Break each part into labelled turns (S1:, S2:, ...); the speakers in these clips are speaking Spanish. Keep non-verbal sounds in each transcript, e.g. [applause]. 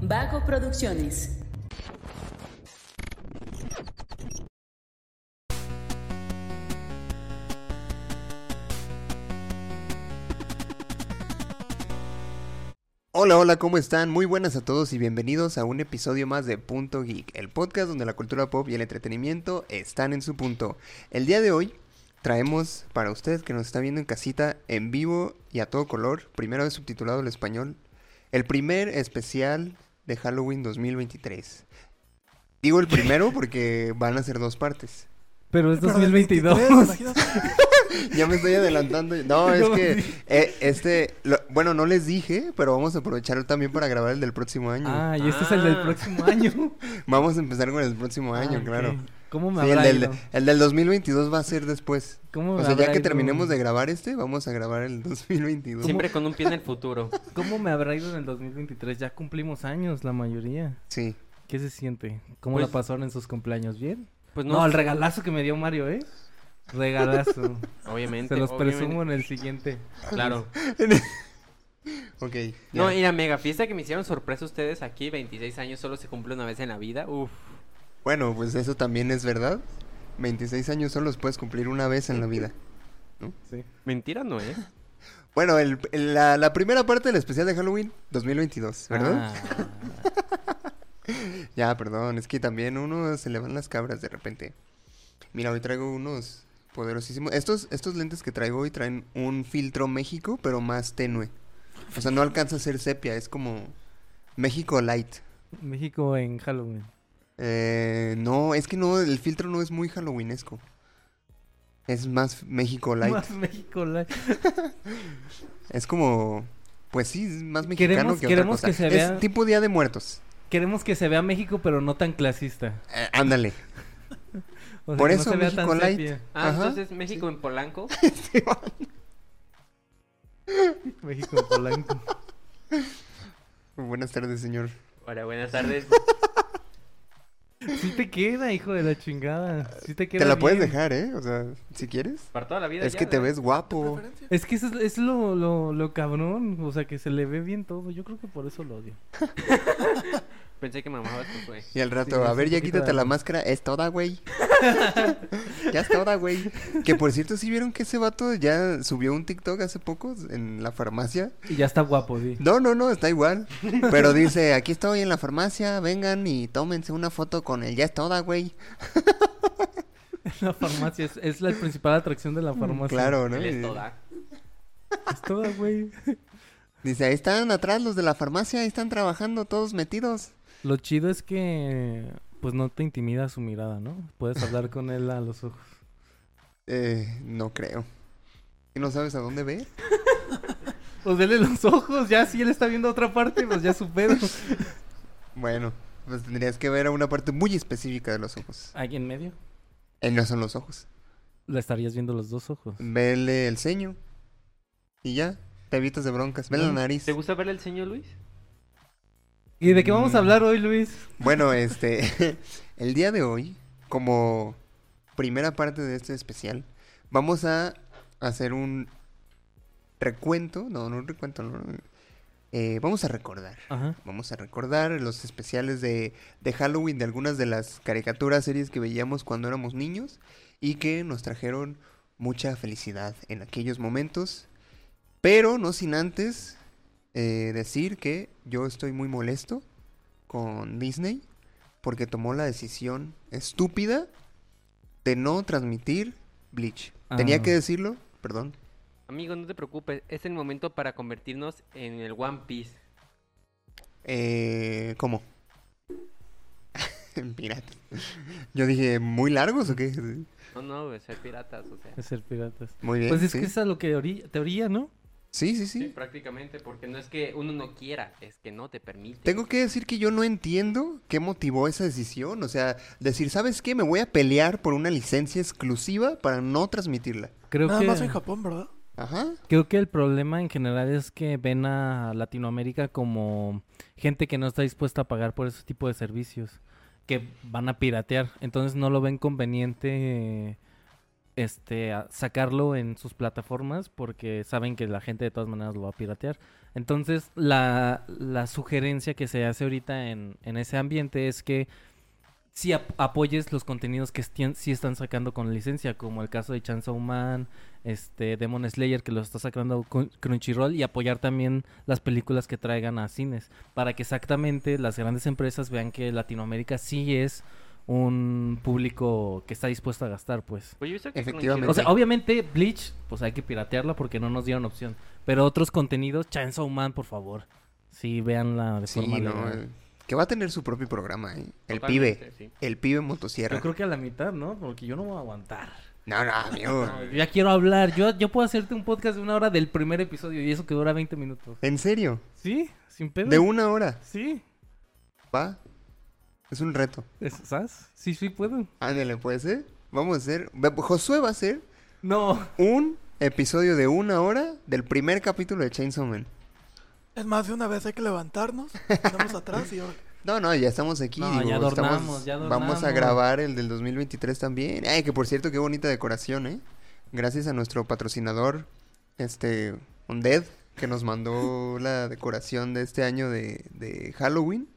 S1: Vago Producciones.
S2: Hola, hola, ¿cómo están? Muy buenas a todos y bienvenidos a un episodio más de Punto Geek, el podcast donde la cultura pop y el entretenimiento están en su punto. El día de hoy traemos para ustedes que nos está viendo en casita, en vivo y a todo color, primera vez subtitulado al español, el primer especial de Halloween 2023. Digo el primero porque van a ser dos partes.
S3: Pero es 2022.
S2: Ya me estoy adelantando. No, es que eh, este, lo- bueno, no les dije, pero vamos a aprovechar también para grabar el del próximo año.
S3: [laughs] ah, y este es el del próximo año. [laughs]
S2: Vamos a empezar con el próximo año,
S3: Ah, ok.
S2: claro.
S3: ¿Cómo me
S2: Sí, el,
S3: habrá
S2: del,
S3: ido?
S2: el del 2022 va a ser después.
S3: ¿Cómo
S2: O
S3: me
S2: sea, ya
S3: habrá
S2: que
S3: ido?
S2: terminemos de grabar este, vamos a grabar el 2022.
S4: Siempre con un pie en el futuro.
S3: ¿Cómo me habrá ido en el 2023? Ya cumplimos años, la mayoría.
S2: Sí.
S3: ¿Qué se siente? ¿Cómo
S4: Pues-
S3: la pasaron en sus cumpleaños? ¿Bien?
S4: Pues
S3: No,
S4: no,
S3: el regalazo que me dio Mario, ¿eh?
S2: [laughs]
S3: Regalazo.
S4: obviamente.
S3: Se los
S4: obviamente.
S3: presumo en el siguiente.
S4: Claro.
S2: Ok.
S4: No,
S2: ya.
S4: y la mega fiesta que me hicieron sorpresa ustedes aquí, 26 años solo se cumple una vez en la vida. Uf.
S2: Bueno, pues eso también es verdad. 26 años solo los puedes cumplir una vez en la vida.
S3: Sí.
S4: Mentira no eh? es.
S2: Bueno, el- el- la, la primera parte del especial de Halloween 2022, [laughs] ¿verdad?
S3: Ah,
S2: Ya, perdón, es que también uno se le van las cabras de repente. Mira, hoy traigo unos poderosísimos. Estos, estos lentes que traigo hoy traen un filtro México, pero más tenue. O sea, no alcanza a ser sepia, es como México Light.
S3: México en Halloween.
S2: Eh, no, es que no, el filtro no es muy halloweenesco. Es más México Light.
S3: Más México Light.
S2: Es como, pues sí, es más mexicano
S3: Queremos-
S2: que
S3: queremos
S2: otra
S3: que
S2: cosa.
S3: se vea-
S2: Es tipo Día de Muertos.
S3: Queremos que se vea México, pero no tan clasista.
S2: Eh, ándale.
S3: O sea,
S2: Por
S3: que
S2: eso
S3: no se vea tan
S2: México Light.
S3: sepia.
S4: Ah,
S2: Ajá.
S4: entonces México en Polanco.
S3: México en Polanco.
S2: Buenas tardes, señor.
S4: Hola,
S2: [laughs]
S4: buenas tardes.
S3: Sí te queda, hijo de la chingada. Sí te queda.
S2: Te la puedes
S3: bien.
S2: dejar, ¿eh? O sea, si quieres.
S4: Para toda la vida.
S2: Es
S4: ya,
S2: que te
S4: ¿verdad?
S2: ves guapo.
S3: Es que eso es, es lo, lo, lo cabrón. O sea, que se le ve bien todo. Yo creo que por eso lo odio.
S4: Pensé que me amabas tú, güey.
S2: Y al rato,
S3: Sí,
S2: a
S3: es
S2: ver,
S3: un
S2: ya
S3: poquito
S2: quítate
S3: de-
S2: la máscara. Es toda,
S3: [laughs]
S2: güey. ya es toda, güey. Que por cierto, si vieron que ese vato ya subió un TikTok hace poco en la farmacia.
S3: Y ya está guapo, sí. [laughs]
S2: No, no, no, está igual. Pero dice, aquí estoy en la farmacia, vengan y tómense una foto con el ya es toda, güey.
S3: La farmacia es, es la principal atracción de la farmacia.
S2: Claro, ¿no?
S4: Él
S2: Y-
S4: es toda.
S3: Es toda, güey.
S2: Dice, ahí están atrás los de la farmacia, ahí están trabajando todos metidos.
S3: Lo chido es que. Pues no te intimida su mirada, ¿no? Puedes hablar con él a los ojos.
S2: Eh, no creo. ¿Y no sabes a dónde ver?
S3: Pues vele los ojos. Ya si él está viendo otra parte, pues ya su pedo.
S2: Bueno, pues tendrías que ver a una parte muy específica de los ojos.
S3: Aquí en medio.
S2: Eh, no son los ojos.
S3: La estarías viendo los dos ojos.
S2: Vele el ceño. Y ya, te evitas de broncas. Vele la
S3: Bueno,
S2: nariz.
S4: ¿Te gusta ver el señor Luis?
S3: ¿Y de qué vamos a hablar hoy, Luis?
S2: Bueno, este, [laughs] el día de hoy, como primera parte de este especial, vamos a hacer un recuento, no, no un recuento, no, eh, vamos a recordar.
S3: Ajá.
S2: Vamos a recordar los especiales de, de Halloween de algunas de las caricaturas, series que veíamos cuando éramos niños y que nos trajeron mucha felicidad en aquellos momentos. Pero no sin antes eh, decir que yo estoy muy molesto con Disney porque tomó la decisión estúpida de no transmitir Bleach. Tenía
S3: Ah.
S2: que decirlo, perdón.
S4: Amigo, no te preocupes. Es el momento para convertirnos en el One Piece.
S2: Eh, ¿Cómo? [laughs] Pirata. Yo dije, ¿muy largos o qué?
S4: No, no, güey, ser piratas, o sea.
S3: Es ser piratas.
S2: Muy bien.
S3: Pues es
S2: sí.
S3: que es a lo que ori- te orilla, ¿no?
S2: sí, sí,
S4: Sí,
S2: sí.
S4: prácticamente, porque no es que uno no quiera, es que no te permite.
S2: Tengo que decir que yo no entiendo qué motivó esa decisión. O sea, decir, ¿sabes qué? Me voy a pelear por una licencia exclusiva para no transmitirla.
S3: Creo
S5: Nada
S3: que...
S5: más en Japón, ¿verdad?
S2: Ajá.
S3: Creo que el problema en general es que ven a Latinoamérica como gente que no está dispuesta a pagar por ese tipo de servicios, que van a piratear, entonces no lo ven conveniente eh, este, a- sacarlo en sus plataformas porque saben que la gente de todas maneras lo va a piratear. Entonces, la, la sugerencia que se hace ahorita en, en ese ambiente es que si apoyes los contenidos que estien- sí están sacando con licencia, como el caso de Chainsaw Man, este, Demon Slayer, que lo está sacando Crun- Crunchyroll, y apoyar también las películas que traigan a cines, para que exactamente las grandes empresas vean que Latinoamérica sí es un público que está dispuesto a gastar, pues.
S1: Pues yo he visto que
S2: Efectivamente.
S3: O sea,
S2: Sí.
S3: obviamente Bleach, pues hay que piratearla porque no nos dieron opción. Pero otros contenidos, Chainsaw Man, por favor. Sí, véanla de
S2: Sí,
S3: forma
S2: no.
S3: legal.
S2: eh, Que va a tener su propio programa, ¿eh? El
S1: Totalmente,
S2: pibe.
S1: sí.
S2: El pibe motosierra.
S3: Yo creo que a la mitad, ¿no? Porque yo no voy a aguantar.
S2: No, no, amigo.
S3: [laughs] Yo ya quiero hablar. Yo, yo puedo hacerte un podcast de una hora del primer episodio y eso que dura 20 minutos.
S2: ¿En serio?
S3: ¿Sí? ¿Sin pedo?
S2: De una hora.
S3: Sí.
S2: ¿Va? Es un reto.
S3: Es- ¿Sabes? Sí, sí puedo.
S2: Ándale, pues, ¿eh? Vamos a hacer... va- Josué va a hacer
S3: No.
S2: un episodio de una hora del primer capítulo de Chainsaw Man.
S5: Es más de una vez hay que levantarnos, andamos atrás y ahora.
S2: No, no, ya estamos aquí.
S3: No,
S2: digo,
S3: ya
S2: estamos-
S3: adornamos, ya
S2: Vamos a
S3: adornamos.
S2: grabar el del 2023 también. Ay, que por cierto, qué bonita decoración, ¿eh? Gracias a nuestro patrocinador, este, Undead, que nos
S3: [laughs]
S2: mandó la decoración de este año de, de Halloween.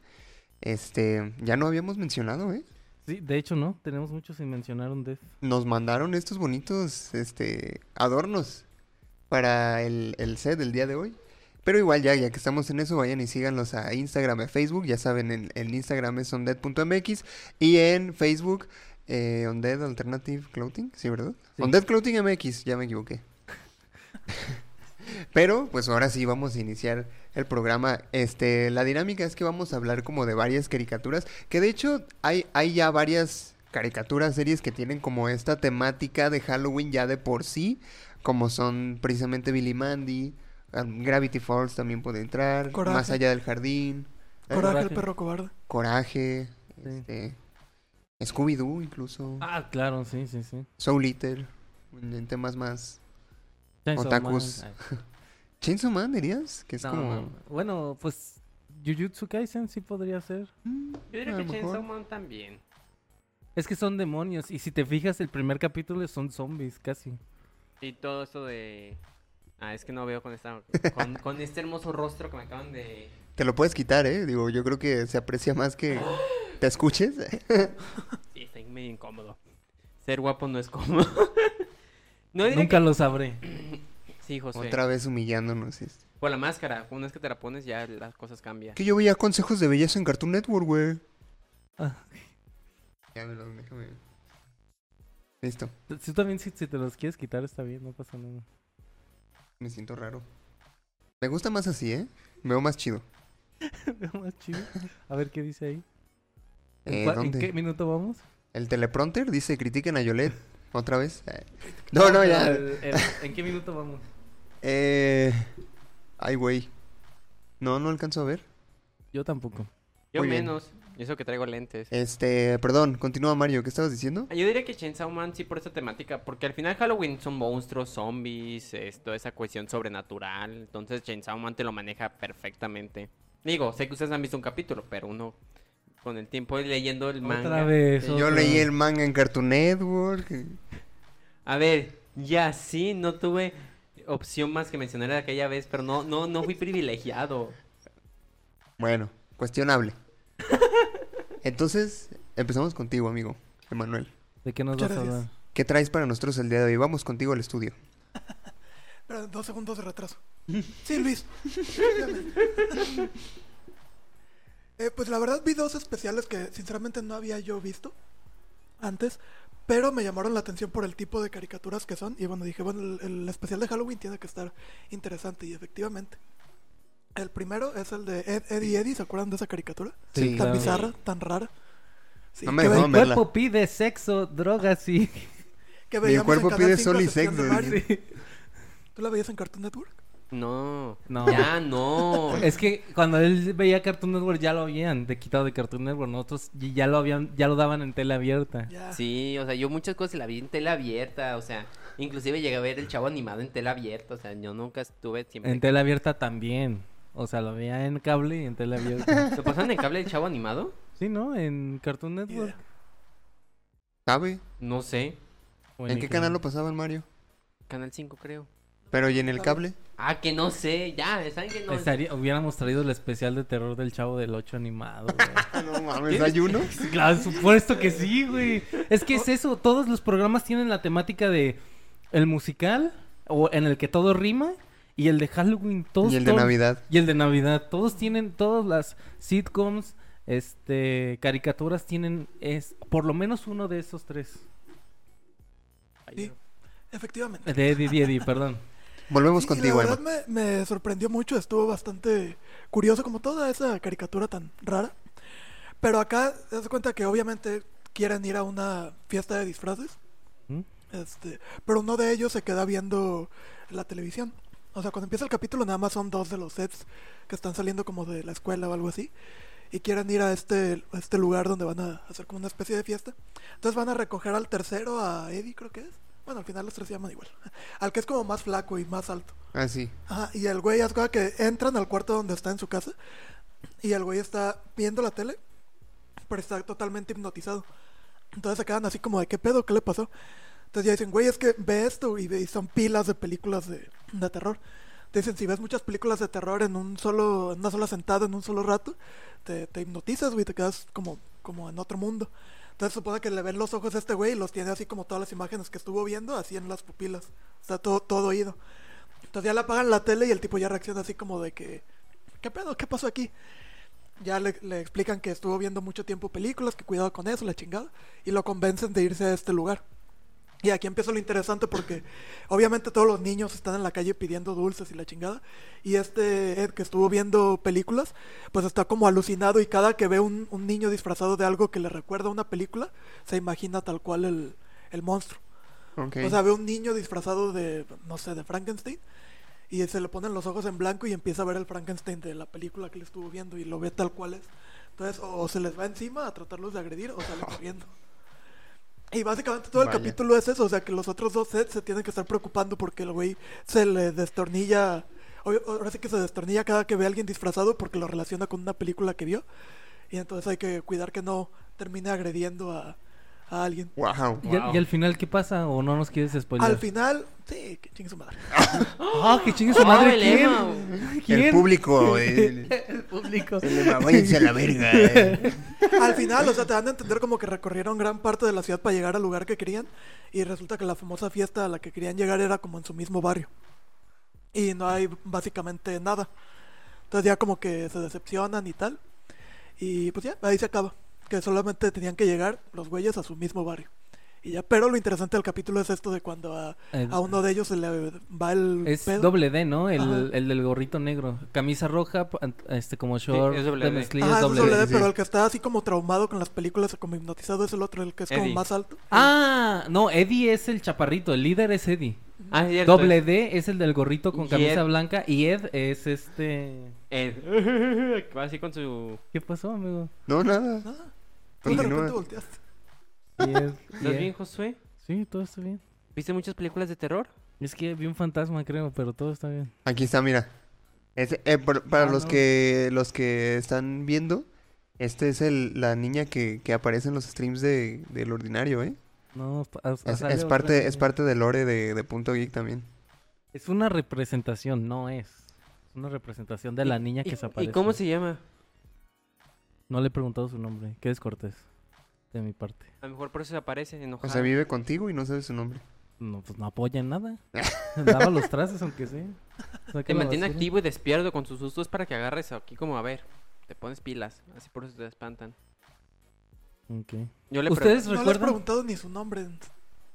S2: Este, ya no habíamos mencionado, ¿eh?
S3: Sí, de hecho, no. Tenemos mucho sin mencionar un death.
S2: Nos mandaron estos bonitos, este, adornos para el, el set del día de hoy. Pero igual ya, ya que estamos en eso, vayan y síganlos a Instagram, a Facebook. Ya saben, en, en Instagram es ondead.mx y en Facebook eh, Undead Alternative Clothing, ¿sí, verdad?
S3: Sí.
S2: Undead Clothing MX, ya me equivoqué. [laughs] Pero pues ahora sí vamos a iniciar el programa. Este, la dinámica es que vamos a hablar como de varias caricaturas, que de hecho hay, hay ya varias caricaturas, series que tienen como esta temática de Halloween ya de por sí, como son precisamente Billy Mandy, um, Gravity Falls también puede entrar,
S5: Coraje.
S2: Más allá del jardín, ¿eh?
S5: Coraje, el
S3: Coraje.
S5: perro cobarde.
S2: Coraje,
S3: Sí.
S2: este, Scooby-Doo incluso,
S3: Ah, claro, sí, sí, sí.
S2: Soul Eater, en temas más...
S3: Chainsaw
S2: Otakus.
S3: Man. Ay.
S2: Chainsaw Man dirías, que es
S3: No,
S2: como...
S3: no. Bueno, pues Jujutsu Kaisen sí podría ser.
S2: mm,
S4: Yo diría
S2: a
S4: que
S2: lo mejor.
S4: Chainsaw Man también.
S3: Es que son demonios. Y si te fijas, el primer capítulo son zombies casi.
S4: Y todo esto de... Ah, es que no veo con, esta, con, con este hermoso rostro que me acaban de...
S2: Te lo puedes quitar, ¿eh? Digo, yo creo que se aprecia más que te escuches. eh,
S4: Sí, está medio incómodo. Ser guapo no es cómodo. [laughs] no diría
S3: Nunca lo sabré.
S4: que- Sí, José.
S2: Otra vez humillándonos. es-
S4: Por la máscara. Una vez que te la pones ya las cosas cambian.
S2: Que yo veía consejos de belleza en Cartoon Network, güey.
S3: Ah.
S2: Ya me lo déjame. Listo,
S3: Tú también, si, si te los quieres quitar, está bien, no pasa nada. [laughs]
S2: me siento raro. Me gusta más así, ¿eh? Me veo más chido.
S3: Veo más chido. A ver qué dice ahí. ¿En,
S2: Eh,
S3: cua- en
S2: ¿dónde?
S3: qué minuto vamos?
S2: El teleprompter dice critiquen a Yolet. ¿Otra vez? Eh, No, no, ya.
S3: El- el- ¿En qué minuto vamos?
S2: Eh... Ay, güey. No, no alcanzo a ver.
S3: Yo tampoco.
S4: Yo
S2: Muy bien.
S4: menos. Y Eso que traigo lentes.
S2: Este, perdón, continúa Mario, ¿qué estabas diciendo?
S4: Ah, Yo diría que Chainsaw Man sí por esta temática, porque al final Halloween son monstruos, zombies, es toda esa cuestión sobrenatural, entonces Chainsaw Man te lo maneja perfectamente. Digo, sé que ustedes han visto un capítulo, pero uno con el tiempo y leyendo el manga.
S3: Otra vez.
S2: Yo
S3: otra
S2: leí
S3: vez.
S2: el manga en Cartoon Network.
S4: A ver, ya sí, no tuve opción más que mencionar aquella vez, pero no, no, no fui privilegiado.
S2: Bueno, cuestionable. Entonces, empezamos contigo, amigo, Emanuel.
S3: ¿De qué nos
S5: Muchas
S3: vas a
S5: gracias.
S3: hablar?
S2: ¿Qué traes para nosotros el día de hoy? Vamos contigo al estudio.
S5: Espera, dos segundos de retraso. Sí, Luis. Eh, pues la verdad vi dos especiales que sinceramente no había yo visto antes, pero me llamaron la atención por el tipo de caricaturas que son. Y bueno, dije, bueno, el, el especial de Halloween tiene que estar interesante y efectivamente. El primero es el de Ed, Ed y Eddie, ¿se acuerdan de esa caricatura?
S2: Sí,
S5: tan
S3: claro.
S5: bizarra, tan rara. Sí,
S2: No me
S5: que,
S2: dejaban
S5: ve-
S3: Mi
S2: verla.
S3: cuerpo pide sexo, drogas y. [laughs]
S5: que
S2: Mi
S5: veíamos en
S2: cuerpo
S5: Canal
S2: pide
S5: 5 a
S2: sol y
S5: excepción de
S2: sexo,
S5: Mario.
S2: dije.
S5: ¿Tú la veías en Cartoon Network?
S4: No,
S3: No.
S4: ya no.
S3: [laughs] Es que cuando él veía Cartoon Network ya lo habían de quitado de Cartoon Network, nosotros y ya lo habían, ya lo daban en tela abierta.
S5: Ya.
S4: Sí, o sea, yo muchas cosas la vi en tela abierta, o sea, inclusive llegué a ver el chavo animado en tela abierta, o sea, yo nunca estuve siempre...
S3: En tela abierta también. O sea, lo veía en cable y en tela abierta.
S4: ¿Lo pasaron en cable el chavo animado?
S3: sí, ¿no? En Cartoon Network.
S5: idea.
S2: ¿Sabe?
S4: No sé.
S3: O
S2: ¿En qué
S3: Nickelodeon.
S2: canal lo pasaban, Mario?
S4: Canal 5, creo.
S2: Pero ¿y en el cable?
S4: Ah, que no sé, ya, ¿saben que no?
S3: Estaría- hubiéramos traído el especial de terror del Chavo del 8 animado, güey. [laughs]
S5: Ah,
S2: No mames, [laughs] ¿hay uno?
S3: Claro, supuesto que sí, güey. Es que es eso, todos los programas tienen la temática de el musical, o en el que todo rima, y el de Halloween, todos.
S2: Y el de
S3: todos-
S2: Navidad.
S3: Y el de Navidad. Todos tienen, todas las sitcoms, este, caricaturas tienen es por lo menos uno de esos tres.
S4: Ay,
S5: Sí, efectivamente.
S3: De Eddie y Eddie, perdón.
S2: Volvemos
S5: Sí, y
S2: contigo,
S5: la
S2: Emma.
S5: verdad me, me sorprendió mucho, estuvo bastante curioso como toda esa caricatura tan rara. Pero acá se das cuenta que obviamente quieren ir a una fiesta de disfraces,
S3: ¿Mm?
S5: este, pero uno de ellos se queda viendo la televisión. O sea, cuando empieza el capítulo nada más son dos de los sets que están saliendo como de la escuela o algo así. Y quieren ir a este, a este lugar donde van a hacer como una especie de fiesta. Entonces van a recoger al tercero, a Eddie creo que es. Bueno, al final los tres se llaman igual. [laughs] Al que es como más flaco y más alto.
S2: Ah, sí.
S5: Ajá, y el güey, haz cuenta que entran al cuarto donde está en su casa y el güey está viendo la tele, pero está totalmente hipnotizado. Entonces se quedan así como de, ¿qué pedo? ¿Qué le pasó? Entonces ya dicen, güey, es que ve esto y, ve- y son pilas de películas de, de terror. Te dicen, si ves muchas películas de terror en un solo, en una sola sentada, en un solo rato, te, te hipnotizas, güey, te quedas como, como en otro mundo. Entonces supone que le ven los ojos a este güey y los tiene así como todas las imágenes que estuvo viendo, así en las pupilas. Está todo, todo oído. Entonces ya le apagan la tele y el tipo ya reacciona así como de que, ¿qué pedo? ¿Qué pasó aquí? Ya le, le explican que estuvo viendo mucho tiempo películas, que cuidado con eso, la chingada, y lo convencen de irse a este lugar. Y aquí empieza lo interesante porque obviamente todos los niños están en la calle pidiendo dulces y la chingada. Y este Ed que estuvo viendo películas, pues está como alucinado y cada que ve un, un niño disfrazado de algo que le recuerda a una película, se imagina tal cual el, el monstruo.
S2: Ok.
S5: O sea, ve un niño disfrazado de, no sé, de Frankenstein. Y se le ponen los ojos en blanco y empieza a ver el Frankenstein de la película que le estuvo viendo y lo ve tal cual es. Entonces, o o se les va encima a tratarlos de agredir o sale corriendo. Y básicamente todo el
S2: Vaya.
S5: capítulo es eso, o sea que los otros dos sets se tienen que estar preocupando porque el güey se le destornilla, obvio- ahora sí que se destornilla cada que ve a alguien disfrazado porque lo relaciona con una película que vio. Y entonces hay que cuidar que no termine agrediendo a, a alguien.
S2: Wow.
S3: Y, al-
S4: Wow.
S3: y al final, ¿qué pasa? ¿O no nos quieres spoiler?
S5: Al final, sí, que chingue su madre.
S3: ¡Ah, que chingue su madre!
S4: el
S3: ¿Quién?
S4: Emma,
S3: ¿Quién?
S2: El
S3: [laughs]
S2: público. El,
S3: El público.
S2: el Emma, váyanse a la verga. eh.
S3: [laughs]
S5: Al final, o sea, te dan a entender como que recorrieron gran parte de la ciudad para llegar al lugar que querían. Y resulta que la famosa fiesta a la que querían llegar era como en su mismo barrio. Y no hay básicamente nada. Entonces ya como que se decepcionan y tal. Y pues ya, ahí se acaba. Que solamente tenían que llegar los güeyes a su mismo barrio. Y ya, pero lo interesante del capítulo es esto de cuando a,
S3: El-
S5: a uno de ellos se le va el
S3: Es
S5: pedo.
S3: doble D, ¿no? El,
S5: Ajá.
S3: el del gorrito negro. Camisa roja, pa- este como
S4: Sí,
S3: short
S4: es doble
S3: de
S4: D.
S3: mezclilla,
S5: Ajá,
S3: es
S5: eso
S3: doble
S5: es doble
S3: D.
S5: D,
S2: sí.
S5: pero el que está así como traumado con las películas, como hipnotizado, es el otro, el que es como
S4: Eddie.
S5: más alto.
S3: Ah, no, Eddie es el chaparrito, el líder es Eddie.
S4: Ah, es cierto.
S3: Doble D es el del gorrito con
S4: Y
S3: camisa
S4: Ed.
S3: blanca y Ed es este...
S4: El- que va así con su...
S3: ¿Qué pasó, amigo?
S2: No, nada.
S3: Ah,
S5: Nada. Tú de repente
S2: Continúa.
S5: volteaste.
S3: Y [laughs] Ed- y
S4: ¿Estás
S3: Ed-
S4: bien, Josué?
S3: Sí, todo está bien.
S4: ¿Viste muchas películas de terror?
S3: Es que vi un fantasma, creo, pero todo está bien.
S2: Aquí está, mira. Es- eh, por- para
S3: Ah,
S2: los
S3: no.
S2: que los que están viendo, este es el, la niña que, que aparece en los streams de, del ordinario, ¿eh?
S3: No, pa- a- a-
S2: Es,
S3: Ah, sale
S2: es
S3: otra
S2: parte, es
S3: niña.
S2: parte del lore de, de Punto Geek también.
S3: Es una representación, no es. Es una representación de la niña
S4: ¿Y-
S3: que se aparece.
S4: ¿Y cómo se llama?
S3: No le he preguntado su nombre. Qué descortés. De mi parte.
S4: A lo mejor por eso se aparece
S2: O
S4: enojada.
S2: sea, vive contigo y no sabe su nombre.
S3: No, pues no apoya
S2: [laughs]
S3: en nada. Lava los trazos, aunque sea. Saca
S4: Te
S3: la
S4: mantiene
S3: basura.
S4: activo y despierto con sus sustos para que agarres aquí como, a ver, te pones pilas. Así por eso te espantan.
S3: Ok.
S4: Yo le pregunto-
S3: ¿Ustedes
S5: No le has
S3: recuerdan?
S5: preguntado ni su nombre.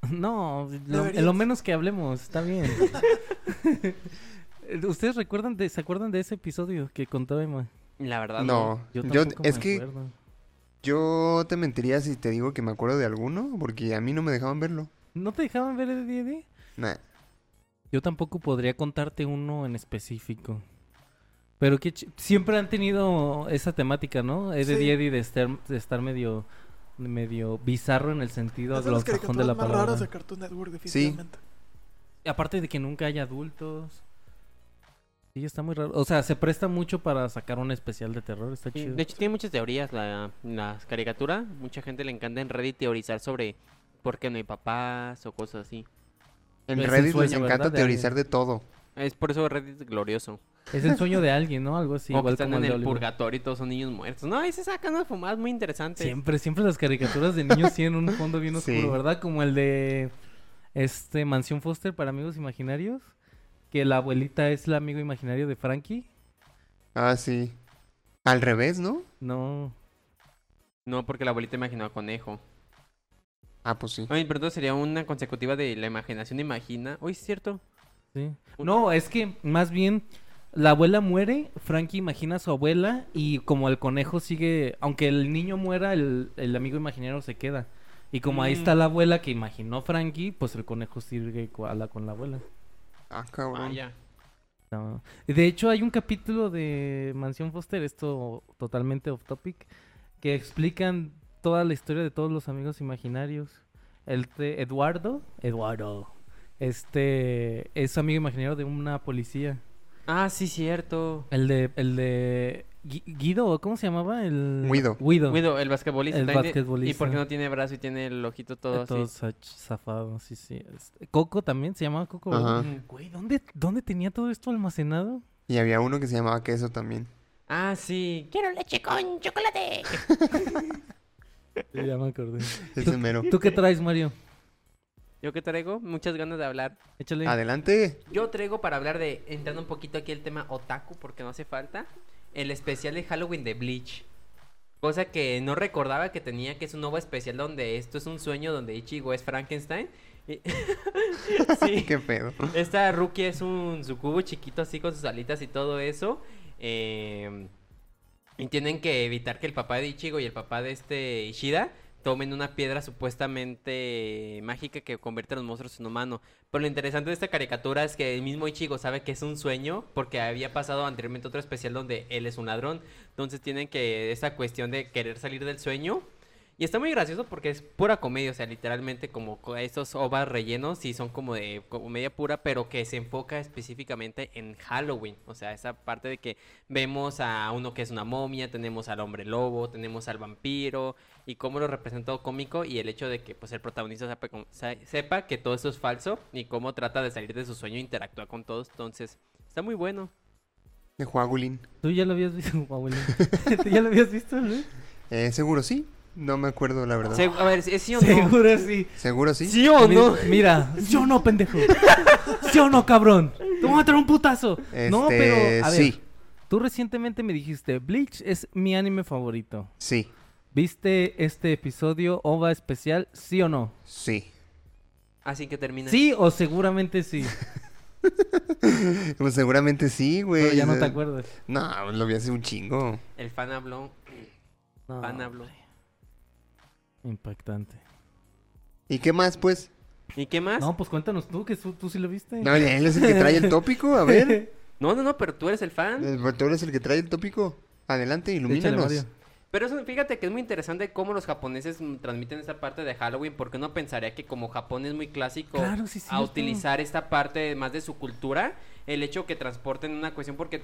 S3: No, lo,
S5: Deberías.
S3: lo menos que hablemos,
S2: [laughs]
S3: está bien. [laughs] ¿Ustedes recuerdan de, se acuerdan de ese episodio que contó Emma?
S4: La verdad, no.
S2: No, yo,
S3: tampoco
S2: es
S3: me
S2: que
S3: acuerdo.
S2: yo te mentiría si te digo que me acuerdo de alguno, porque a mí no me dejaban verlo.
S3: ¿No te dejaban ver el D&D?
S2: Nah.
S3: Yo tampoco podría contarte uno en específico. Pero que siempre han tenido esa temática, ¿no? Es de
S5: Sí.
S3: D&D de estar, de estar medio, medio bizarro en el sentido
S5: Es de las
S3: anglosajón de
S5: caricaturas
S3: la
S5: más
S3: palabra.
S5: raras de Cartoon Network, definitivamente.
S3: Y Aparte de que nunca hay adultos. Sí, está muy raro. O sea, se presta mucho para sacar un especial de terror. Está
S4: Sí,
S3: chido.
S4: De hecho, tiene muchas teorías la, la caricatura. Mucha gente le encanta en Reddit teorizar sobre porque no hay papás o cosas así.
S2: En
S3: Es el
S2: Reddit les
S3: sueño,
S2: encanta
S3: ¿verdad? De
S2: teorizar de todo.
S4: Es por eso Reddit es glorioso.
S3: Es el sueño de alguien, ¿no? Algo así.
S4: o que
S3: igual
S4: están
S3: como
S4: en
S3: el de
S4: el
S3: Oliver.
S4: purgatorio y todos son niños muertos. No, ahí se sacan unas fumadas muy interesantes.
S3: Siempre, siempre las caricaturas de niños tienen un fondo bien oscuro,
S2: Sí.
S3: ¿verdad? Como el de este Mansión Foster para amigos imaginarios, que la abuelita es el amigo imaginario de Frankie.
S2: Ah, sí. Al revés, ¿no?
S3: No,
S4: No, porque la abuelita imaginó a conejo.
S2: Ah, pues sí.
S4: Oye, pero entonces sería una consecutiva de la imaginación imagina. Oye, es cierto.
S3: sí.
S4: Un-
S3: No, es que más bien la abuela muere, Frankie imagina a su abuela y como el conejo sigue, aunque el niño muera, el, el amigo imaginario se queda. Y como ahí
S4: Mm.
S3: está la abuela que imaginó Frankie, pues el conejo sigue co- ala con la abuela.
S2: Ah, cabrón.
S4: Vaya.
S3: No. De hecho, hay un capítulo de Mansión Foster, esto totalmente off topic, que explican toda la historia de todos los amigos imaginarios. El te- Eduardo, Eduardo, este es amigo imaginario de una policía.
S4: Ah, sí, cierto.
S3: El de, el de Gui- Guido, ¿cómo se llamaba? El
S2: Guido.
S3: Guido.
S4: Guido, el basquetbolista.
S3: El
S4: también-
S3: basquetbolista.
S4: Y porque no tiene brazo y tiene el ojito
S3: Eh,
S4: todo así.
S3: Todos ach- zafados, sí, sí. Este, Coco también se llamaba Coco. ¿verdad?
S2: Ajá.
S3: Güey, ¿dónde, ¿dónde tenía todo
S2: [laughs]
S3: esto almacenado?
S2: Y había uno que se llamaba queso también.
S4: Ah, sí. Quiero leche con chocolate.
S3: Ya me acordé. [laughs]
S2: Ese mero. [laughs]
S3: ¿Tú qué traes, Mario?
S4: ¿Yo qué traigo? Muchas ganas de hablar.
S3: Échale.
S2: Adelante.
S4: Yo traigo para hablar de, entrando un poquito aquí el tema otaku, porque no hace falta, el especial de Halloween de Bleach. Cosa que no recordaba que tenía, que es un nuevo especial donde esto es un sueño, donde Ichigo es Frankenstein. Y- [laughs] sí,
S2: Qué pedo.
S4: esta Rookie es un sucubo chiquito así con sus alitas y todo eso. eh, y tienen que evitar que el papá de Ichigo y el papá de este Ishida tomen una piedra supuestamente mágica que convierte a los monstruos en humano. Pero lo interesante de esta caricatura es que el mismo Ichigo sabe que es un sueño porque había pasado anteriormente otro especial donde él es un ladrón. Entonces tienen que esta cuestión de querer salir del sueño. Y está muy gracioso porque es pura comedia, o sea, literalmente como co- estos ovas rellenos, sí son como de comedia pura, pero que se enfoca específicamente en Halloween. O sea, esa parte de que vemos a uno que es una momia, tenemos al hombre lobo, tenemos al vampiro, y cómo lo representó cómico, y el hecho de que pues el protagonista sepa, cómo- se- sepa que todo eso es falso, y cómo trata de salir de su sueño e interactúa con todos. Entonces, está muy bueno.
S2: De Juagulín.
S3: ¿Tú ya lo habías visto, [laughs] abuelo?
S2: [laughs]
S3: ¿Tú ya lo habías visto, Luis?
S2: Eh, seguro sí. No me acuerdo, la verdad.
S4: Se- a ver, ¿es sí o no?
S3: Ah. Seguro sí.
S2: seguro sí.
S4: ¿Sí o
S3: Mi-
S4: no?
S3: Mira, ¿sí o no, pendejo? ¿Sí o no, cabrón? Te voy a matar un putazo. No,
S2: Este,
S3: pero, a ver,
S2: sí.
S3: tú recientemente me dijiste, Bleach es mi anime favorito.
S2: Sí.
S3: ¿Viste este episodio OVA especial, sí o no?
S2: Sí.
S4: Así que termina.
S3: Sí o seguramente sí,
S2: Pues seguramente sí, güey.
S3: pero ya no te
S2: Eh,
S3: acuerdas.
S2: No, pues, lo vi hace un chingo.
S4: El fan habló.
S3: No,
S4: Fan habló.
S3: Impactante.
S2: ¿Y qué más, pues?
S4: ¿Y qué más?
S3: No, pues cuéntanos tú, que tú, tú sí lo viste.
S2: No, él es el que trae el tópico, a ver. Eh,
S3: [laughs]
S4: No, no, no, pero tú eres el fan.
S2: pero Tú eres el que trae el tópico. Adelante,
S3: Échale,
S2: ilumínanos.
S3: Mario.
S4: Pero eso, fíjate que es muy interesante cómo los japoneses mm, transmiten esta parte de Halloween, porque uno pensaría que como Japón es muy clásico
S3: Claro, sí,
S4: a
S3: cierto.
S4: utilizar esta parte más de su cultura, el hecho que transporten una cuestión, porque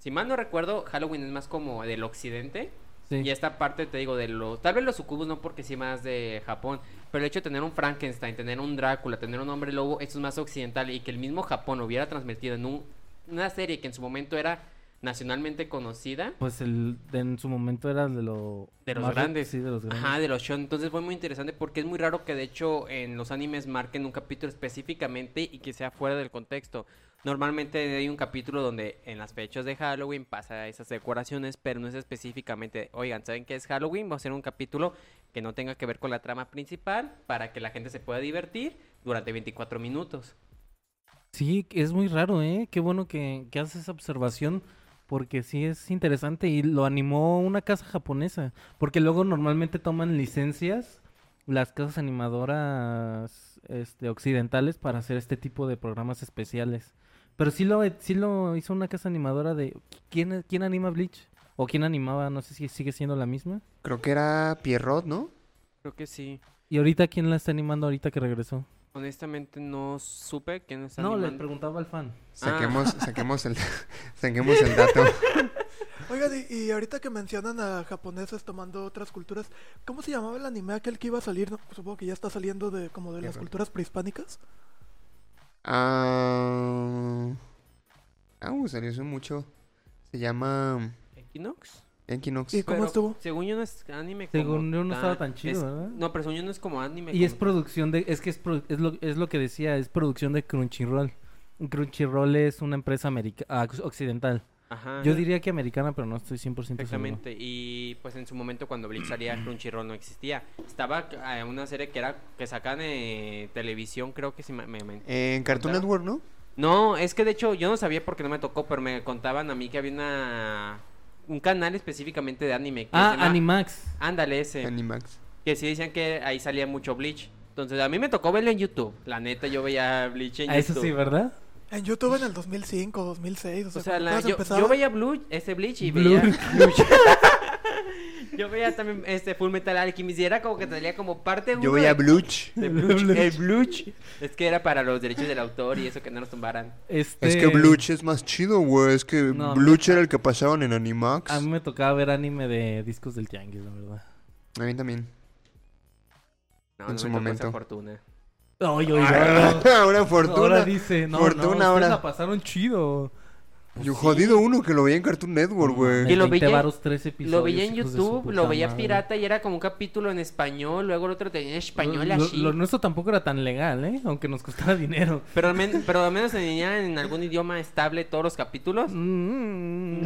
S4: si mal no recuerdo, Halloween es más como del occidente,
S3: Sí.
S4: Y esta parte, te digo, de los... Tal vez los sucubos no porque sí más de Japón, pero el hecho de tener un Frankenstein, tener un Drácula, tener un hombre lobo, esto es más occidental y que el mismo Japón hubiera transmitido en un- una serie que en su momento era nacionalmente conocida.
S3: Pues el, en su momento era de, lo
S4: De los
S3: más re-
S4: grandes.
S3: Sí, de los grandes.
S4: Ajá, de los shonen. Entonces fue muy interesante porque es muy raro que de hecho en los animes marquen un capítulo específicamente y que sea fuera del contexto. Normalmente hay un capítulo donde en las fechas de Halloween pasa esas decoraciones, pero no es específicamente, oigan, ¿saben qué es Halloween? Vamos a hacer un capítulo que no tenga que ver con la trama principal para que la gente se pueda divertir durante 24 minutos.
S3: Sí, es muy raro, ¿eh? Qué bueno que, que haces esa observación porque sí es interesante y lo animó una casa japonesa. Porque luego normalmente toman licencias las casas animadoras este, occidentales para hacer este tipo de programas especiales. Pero sí lo, sí lo hizo una casa animadora de... ¿Quién, quién anima Bleach? ¿O quién animaba? No sé si sigue siendo la misma.
S2: Creo que era Pierrot, ¿no?
S4: Creo que sí.
S3: ¿Y ahorita quién la está animando ahorita que regresó?
S4: Honestamente no supe quién está
S3: No, le
S4: animando.
S3: preguntaba al fan.
S2: Saquemos, saquemos, el, [laughs] saquemos el dato.
S5: Oigan, y, y ahorita que mencionan a japoneses tomando otras culturas, ¿cómo se llamaba el anime aquel que iba a salir? No, pues supongo que ya está saliendo de como de las
S2: Error.
S5: culturas prehispánicas.
S2: Ah, ah, uh, salió hace mucho. Se llama
S4: Equinox.
S2: Equinox.
S5: ¿Y cómo
S4: Pero
S5: estuvo?
S4: Según yo no es anime como
S3: Según yo no estaba tan chido,
S4: Es-
S3: ¿verdad?
S4: No, pero según yo no es como anime.
S3: Y es
S4: como-
S3: producción de, es que es, pro- es, lo, es lo que decía, es producción de Crunchyroll. Crunchyroll es una empresa america- ah, occidental.
S4: Ajá.
S3: Yo diría que americana, pero no estoy 100% seguro.
S4: Exactamente, y pues en su momento cuando Bleach salía
S3: [clears throat]
S4: Crunchyroll no existía. Estaba eh, una serie que era que sacan eh, televisión, creo que si me, me- me-
S2: En Cartoon Network, ¿no?
S4: No, es que de hecho yo no sabía porque no me tocó, pero me contaban a mí que había una un canal específicamente de anime que se
S3: Ah,
S4: llama-
S3: Animax.
S4: Ándale ese.
S2: Animax.
S4: Que sí decían que ahí salía mucho Bleach. Entonces a mí me tocó verlo en YouTube. La neta yo veía Bleach en
S3: Ah,
S4: YouTube.
S3: eso sí, ¿verdad?
S5: En YouTube en el 2005, 2006, o sea,
S4: O sea,
S5: cuando
S4: la-
S5: apenas
S4: yo,
S5: empezaba.
S4: yo veía Blue, este Bleach y
S3: Blur.
S4: veía.
S3: [laughs]
S4: yo veía también este Full Metal Alchemist y era como que salía como parte.
S2: Yo
S4: uno de-
S2: veía Bluch. [laughs]
S4: de Bluch. El Bluch. Es que era para los derechos del autor y eso que no los tumbaran.
S3: Este,
S2: Es que Bluch es más chido, güey. Es que
S3: No,
S2: Bluch era el que pasaban en Animax.
S3: A mí me tocaba ver anime de discos del Tianguis, la verdad.
S2: A mí también.
S4: No,
S2: En
S4: no
S2: su
S4: me tocó
S2: momento.
S4: esa fortuna.
S3: Ay,
S2: [laughs] Ahora fortuna.
S3: Ahora dice, no,
S2: Fortuna
S3: no, ustedes
S2: ahora.
S3: la pasaron chido.
S2: Yo jodido uno que lo veía en Cartoon Network, güey.
S4: Y lo
S3: 20
S4: veía-
S3: varos, tres episodios,
S4: Lo veía en
S3: hijos de su
S4: YouTube,
S3: puta
S4: lo veía
S3: madre.
S4: pirata y era como un capítulo en español. Luego el otro tenía en español
S3: Lo-
S4: así.
S3: Lo, lo nuestro tampoco era tan legal, ¿eh? Aunque nos costara [laughs] dinero.
S4: Pero, al men- pero al menos tenía en algún idioma estable todos los capítulos.
S3: Mm.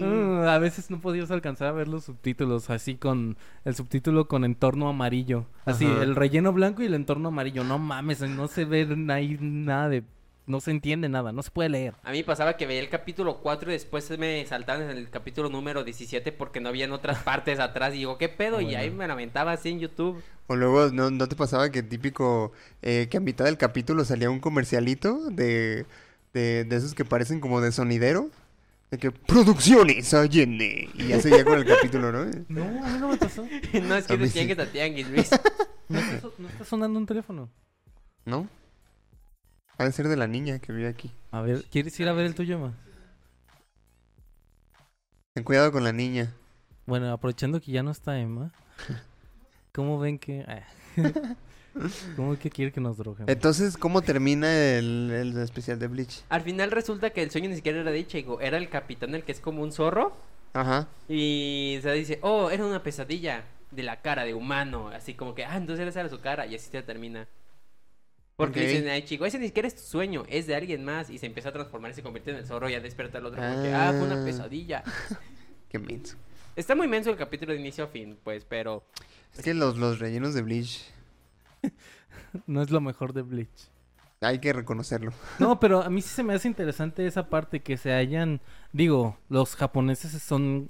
S3: Mm, A veces no podías alcanzar a ver los subtítulos, así con el subtítulo con entorno amarillo. Así,
S2: Ajá.
S3: el relleno blanco y el entorno amarillo. No mames, no se ve ahí nada de... No se entiende nada, no se puede leer.
S4: A mí pasaba que veía el capítulo 4 y después me saltaban en el capítulo número 17 porque no habían otras [laughs] partes atrás. Y digo, ¿qué pedo? Y ahí me lamentaba así
S2: [laughs]
S4: en YouTube.
S2: O luego, ¿no, no te pasaba que típico eh, que a mitad del capítulo salía un comercialito de, de, de esos que parecen como de sonidero? De que producciones Allende. Y ya seguía con el capítulo, ¿no?
S3: No, a mí no me pasó.
S4: no, es
S2: A
S4: que
S2: mí
S4: te
S2: sí.
S4: tienen que
S2: [laughs]
S4: tianguis, Luis.
S3: [laughs] No está, so- no está sonando un teléfono.
S2: ¿No? Ha de ser de la niña que vive aquí.
S3: A ver, ¿quieres ir a ver el tuyo, ma?
S2: Ten cuidado con la niña.
S3: Bueno, aprovechando que ya no está Emma, ¿cómo ven que...? ah, [laughs] ¿Cómo que quiere que nos drogemos?
S2: Entonces, ¿cómo termina el, el especial de Bleach?
S4: Al final resulta que el sueño ni siquiera era de Ichigo, era el capitán el que es como un zorro.
S2: Ajá.
S4: Y se dice, oh, era una pesadilla de la cara de humano. Así como que, ah, entonces esa era su cara. Y así se termina. Porque
S2: Ok.
S4: le dicen a Ichigo, ese ni siquiera es tu sueño, es de alguien más. Y se empieza a transformar y se convierte en el zorro y a despertar al otro. Como que, ah, fue
S2: Ah.
S4: una pesadilla.
S2: Qué menso.
S4: Está muy menso el capítulo de inicio a fin, pues, pero
S2: Es que los, los rellenos de Bleach
S3: No es lo mejor de Bleach.
S2: hay que reconocerlo.
S3: No, pero a mí sí se me hace interesante esa parte que se hayan, digo, los japoneses son,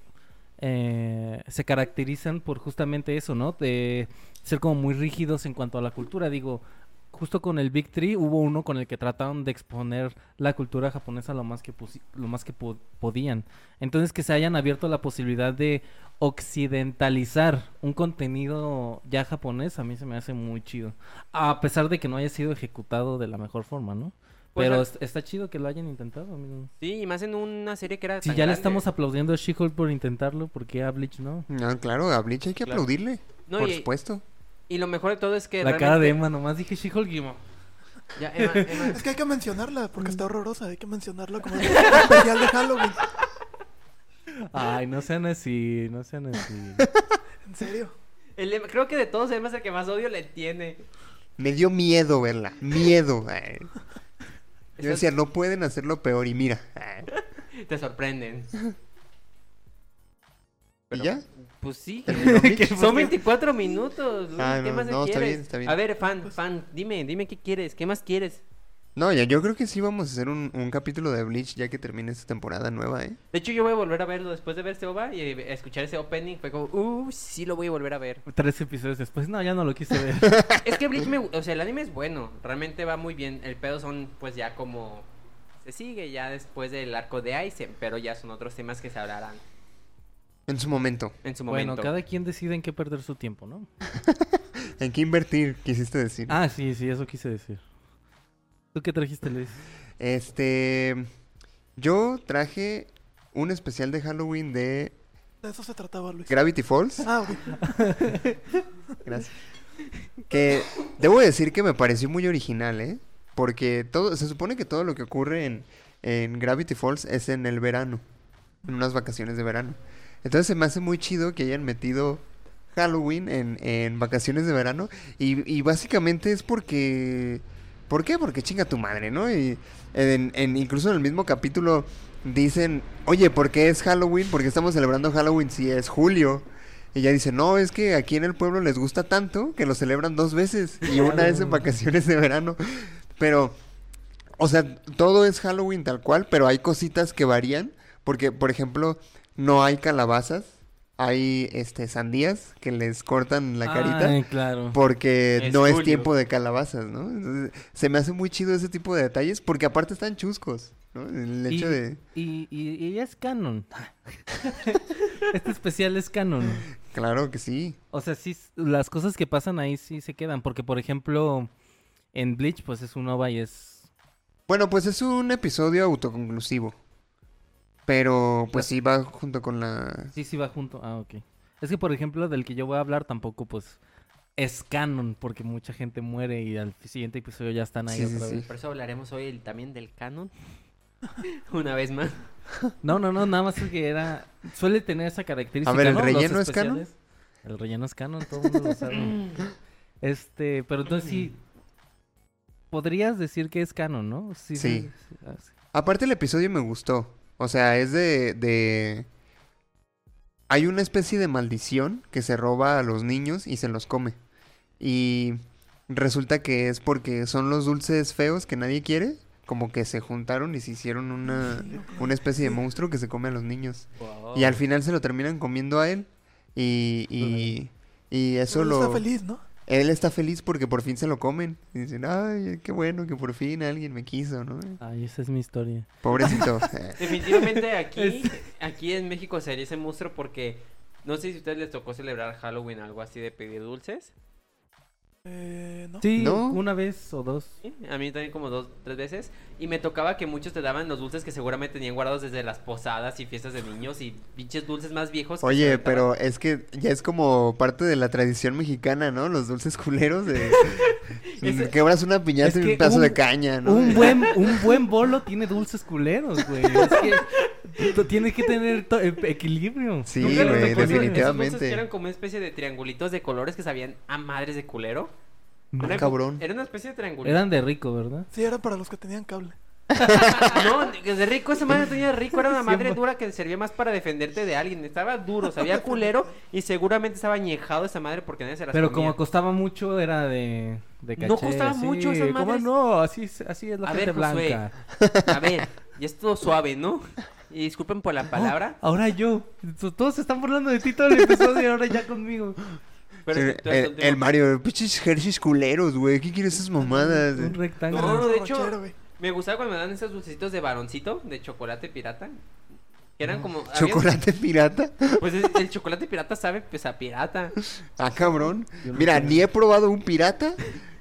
S3: eh, se caracterizan por justamente eso, ¿no? De ser como muy rígidos en cuanto a la cultura. Digo, justo con el Big Tree hubo uno con el que trataron de exponer la cultura japonesa lo más que, posi- lo más que po- podían. Entonces que se hayan abierto la posibilidad de occidentalizar un contenido ya japonés, a mí se me hace muy chido. A pesar de que no haya sido ejecutado de la mejor forma, ¿no?
S4: Pues,
S3: Pero
S4: al-
S3: est- está chido que lo hayan intentado. amigos.
S4: sí, y más en una serie que era
S3: Si
S4: tan
S3: ya le
S4: grande.
S3: estamos aplaudiendo a She-Hulk por intentarlo, ¿por qué a Bleach no?
S2: No, claro, a Bleach hay que
S4: Claro.
S2: aplaudirle.
S4: No,
S2: por
S4: y-
S2: supuesto.
S4: Y lo mejor de todo es que
S3: La cara de
S4: realmente-
S3: Emma, nomás dije She-Hulk y mo-
S4: Ya, Emma, Emma,
S5: Es que hay que mencionarla, porque está horrorosa, hay que mencionarla como el [laughs] especial de Halloween.
S3: Ay, no sean así, no sean [laughs] así.
S5: En serio.
S4: el Emma- creo que de todos Emma es el que más odio le tiene.
S2: Me dio miedo verla. Miedo. [laughs] Ay. Yo
S4: Eso-
S2: decía, no pueden hacerlo peor. Y mira. Ay.
S4: Te sorprenden.
S2: ¿Y
S4: Pero-
S2: ya?
S4: Pues sí,
S2: ¿Terminó [laughs]
S4: que-
S2: Bleach?
S4: son 24 minutos. güey,
S2: Ah,
S4: ¿Qué
S2: no,
S4: más
S2: no,
S4: quieres?
S2: está bien, está bien.
S4: A ver, fan, fan, dime, dime qué quieres, qué más quieres.
S2: No, ya, yo creo que sí vamos a hacer un, un capítulo de Bleach ya que termine esta temporada nueva, ¿eh?
S4: De hecho, yo voy a volver a verlo después de ver este OVA y eh, escuchar ese opening. Fue como, uh, sí lo voy a volver a ver.
S3: Tres episodios después, no, ya no lo quise [laughs] ver.
S4: Es que Bleach me... O sea, el anime es bueno. Realmente va muy bien. El pedo son, pues, ya como... Se sigue ya después del arco de Aizen. Pero ya son otros temas que se hablarán
S2: En su momento.
S4: en su
S3: Bueno,
S4: momento.
S3: cada quien decide en qué perder su tiempo, ¿no?
S2: ¿En qué invertir? Quisiste decir.
S3: Ah, sí, sí, eso quise decir. ¿Tú qué trajiste, Luis?
S2: Este. Yo traje un especial de Halloween de
S5: De eso se trataba, Luis.
S2: Gravity Falls.
S5: Ah, ok.
S2: Gracias. Que debo decir que me pareció muy original, ¿eh? Porque todo, se supone que todo lo que ocurre en, en Gravity Falls es en el verano, en unas vacaciones de verano. Entonces se me hace muy chido que hayan metido Halloween en, en vacaciones de verano. Y, y básicamente es porque... ¿Por qué? Porque chinga tu madre, ¿no? Y en- en- incluso en el mismo capítulo dicen, oye, ¿por qué es Halloween? ¿Por qué estamos celebrando Halloween si es julio? Y ella dice, no, es que aquí en el pueblo les gusta tanto que lo celebran dos veces y una es en vacaciones de verano. Pero, o sea, todo es Halloween tal cual, pero hay cositas que varían, porque, por ejemplo, no hay calabazas, hay este sandías que les cortan
S3: Ah,
S2: la carita.
S3: Ay, claro.
S2: Porque
S4: Es
S2: no es
S4: julio.
S2: tiempo de calabazas, ¿no? Entonces, se me hace muy chido ese tipo de detalles porque aparte están chuscos, ¿no? El
S3: Y,
S2: hecho de...
S3: y, y- y ella es canon. [laughs] este especial es canon.
S2: Claro que sí.
S3: O sea, sí, s- las cosas que pasan ahí sí se quedan. Porque, por ejemplo, en Bleach, pues es un OVA y es...
S2: Bueno, pues es un episodio autoconclusivo. Pero pues sí va junto con la...
S3: Sí, sí va junto. Ah, ok. Es que, por ejemplo, del que yo voy a hablar tampoco, pues, es canon. Porque mucha gente muere y al siguiente episodio ya están ahí
S2: Sí, sí,
S3: otra vez.
S2: sí.
S4: Por eso hablaremos hoy el- también del canon. [laughs] Una vez más.
S3: No, no, no, nada más es que era... Suele tener esa característica,
S2: A ver, ¿el
S3: ¿no? Los
S2: relleno es canon?
S3: especiales. El relleno es canon, todo el mundo lo sabe. este, pero entonces sí... Podrías decir que es canon, ¿no?
S2: Sí.
S3: Ah, sí.
S2: Aparte el episodio me gustó. O sea, es de... de... Hay una especie de maldición que se roba a los niños y se los come. Y resulta que es porque son los dulces feos que nadie quiere. Como que se juntaron y se hicieron una, una especie de monstruo que se come a los niños. Y al final se lo terminan comiendo a él. Y, y, y eso
S5: Pero
S2: lo...
S5: Está feliz, ¿no?
S2: Él está feliz porque por fin se lo comen. Y dicen, ay, qué bueno que por fin alguien me quiso, ¿no?
S3: Ay, esa es mi historia.
S5: [laughs]
S2: Pobrecito. Eh,
S4: Definitivamente aquí, aquí en México sería ese monstruo porque no sé si a ustedes les tocó celebrar Halloween algo así de pedir dulces.
S5: Eh, ¿no?
S3: Sí,
S2: ¿No?
S3: una vez o dos.
S4: Sí, A mí también como dos, tres veces. Y me tocaba que muchos te daban los dulces que seguramente tenían guardados desde las posadas y fiestas de niños y pinches dulces más viejos. que se
S2: Oye,
S4: aventaban.
S2: pero es que ya es como parte de la tradición mexicana, ¿no? Los dulces culeros de...
S4: Ese-
S2: Quebras una piñata
S3: Es
S2: y
S3: que
S2: un pedazo de
S3: un-
S2: caña, ¿no? [laughs]
S3: Un buen, un buen bolo tiene dulces culeros, güey. Es que t- tienes que tener to- e- equilibrio.
S2: Sí,
S4: ¿Nunca les
S2: güey,
S4: tocó esos- Esos dulces
S2: definitivamente.
S4: que eran como una especie de triangulitos de colores que sabían a madres de culero.
S3: No,
S4: Una-
S2: Ah, cabrón.
S4: Era una especie de triangulito.
S3: Eran de rico, ¿verdad?
S5: Sí, era para los que tenían cable.
S4: [laughs] No, que de rico, esa madre tenía rico, era una madre
S3: Siempre.
S4: dura que servía más para defenderte de alguien. Estaba duro, sabía culero y seguramente estaba añejado esa madre porque nadie se las
S3: Pero
S4: comía.
S3: como costaba mucho, era de, de caché.
S4: No costaba mucho esas
S3: ¿Cómo
S4: madres.
S3: no? Así es, así es la
S4: A
S3: gente
S4: ver, Josué.
S3: blanca.
S4: A ver, y es todo suave, ¿no? Y disculpen por la palabra,
S3: Ahora yo. T- Todos se están burlando de ti todo el episodio y ahora ya conmigo.
S4: pero...
S2: Sí,
S4: es que tú eres
S2: el,
S4: tonto.
S2: el Mario, pinches jerseys culeros, güey. ¿Qué quieres esas mamadas?
S3: Un
S4: No,
S3: rectángulo.
S4: no, no, de hecho,
S5: Borrachero, güey.
S4: me gustaba cuando me dan esos dulcecitos de varoncito, de chocolate pirata. Que eran como... había-
S2: [laughs] ¿Chocolate pirata?
S4: [laughs] Pues es- el chocolate pirata sabe, pues a pirata.
S2: Ah, cabrón.
S3: Yo no
S2: Mira,
S3: sé.
S2: ni he probado un pirata,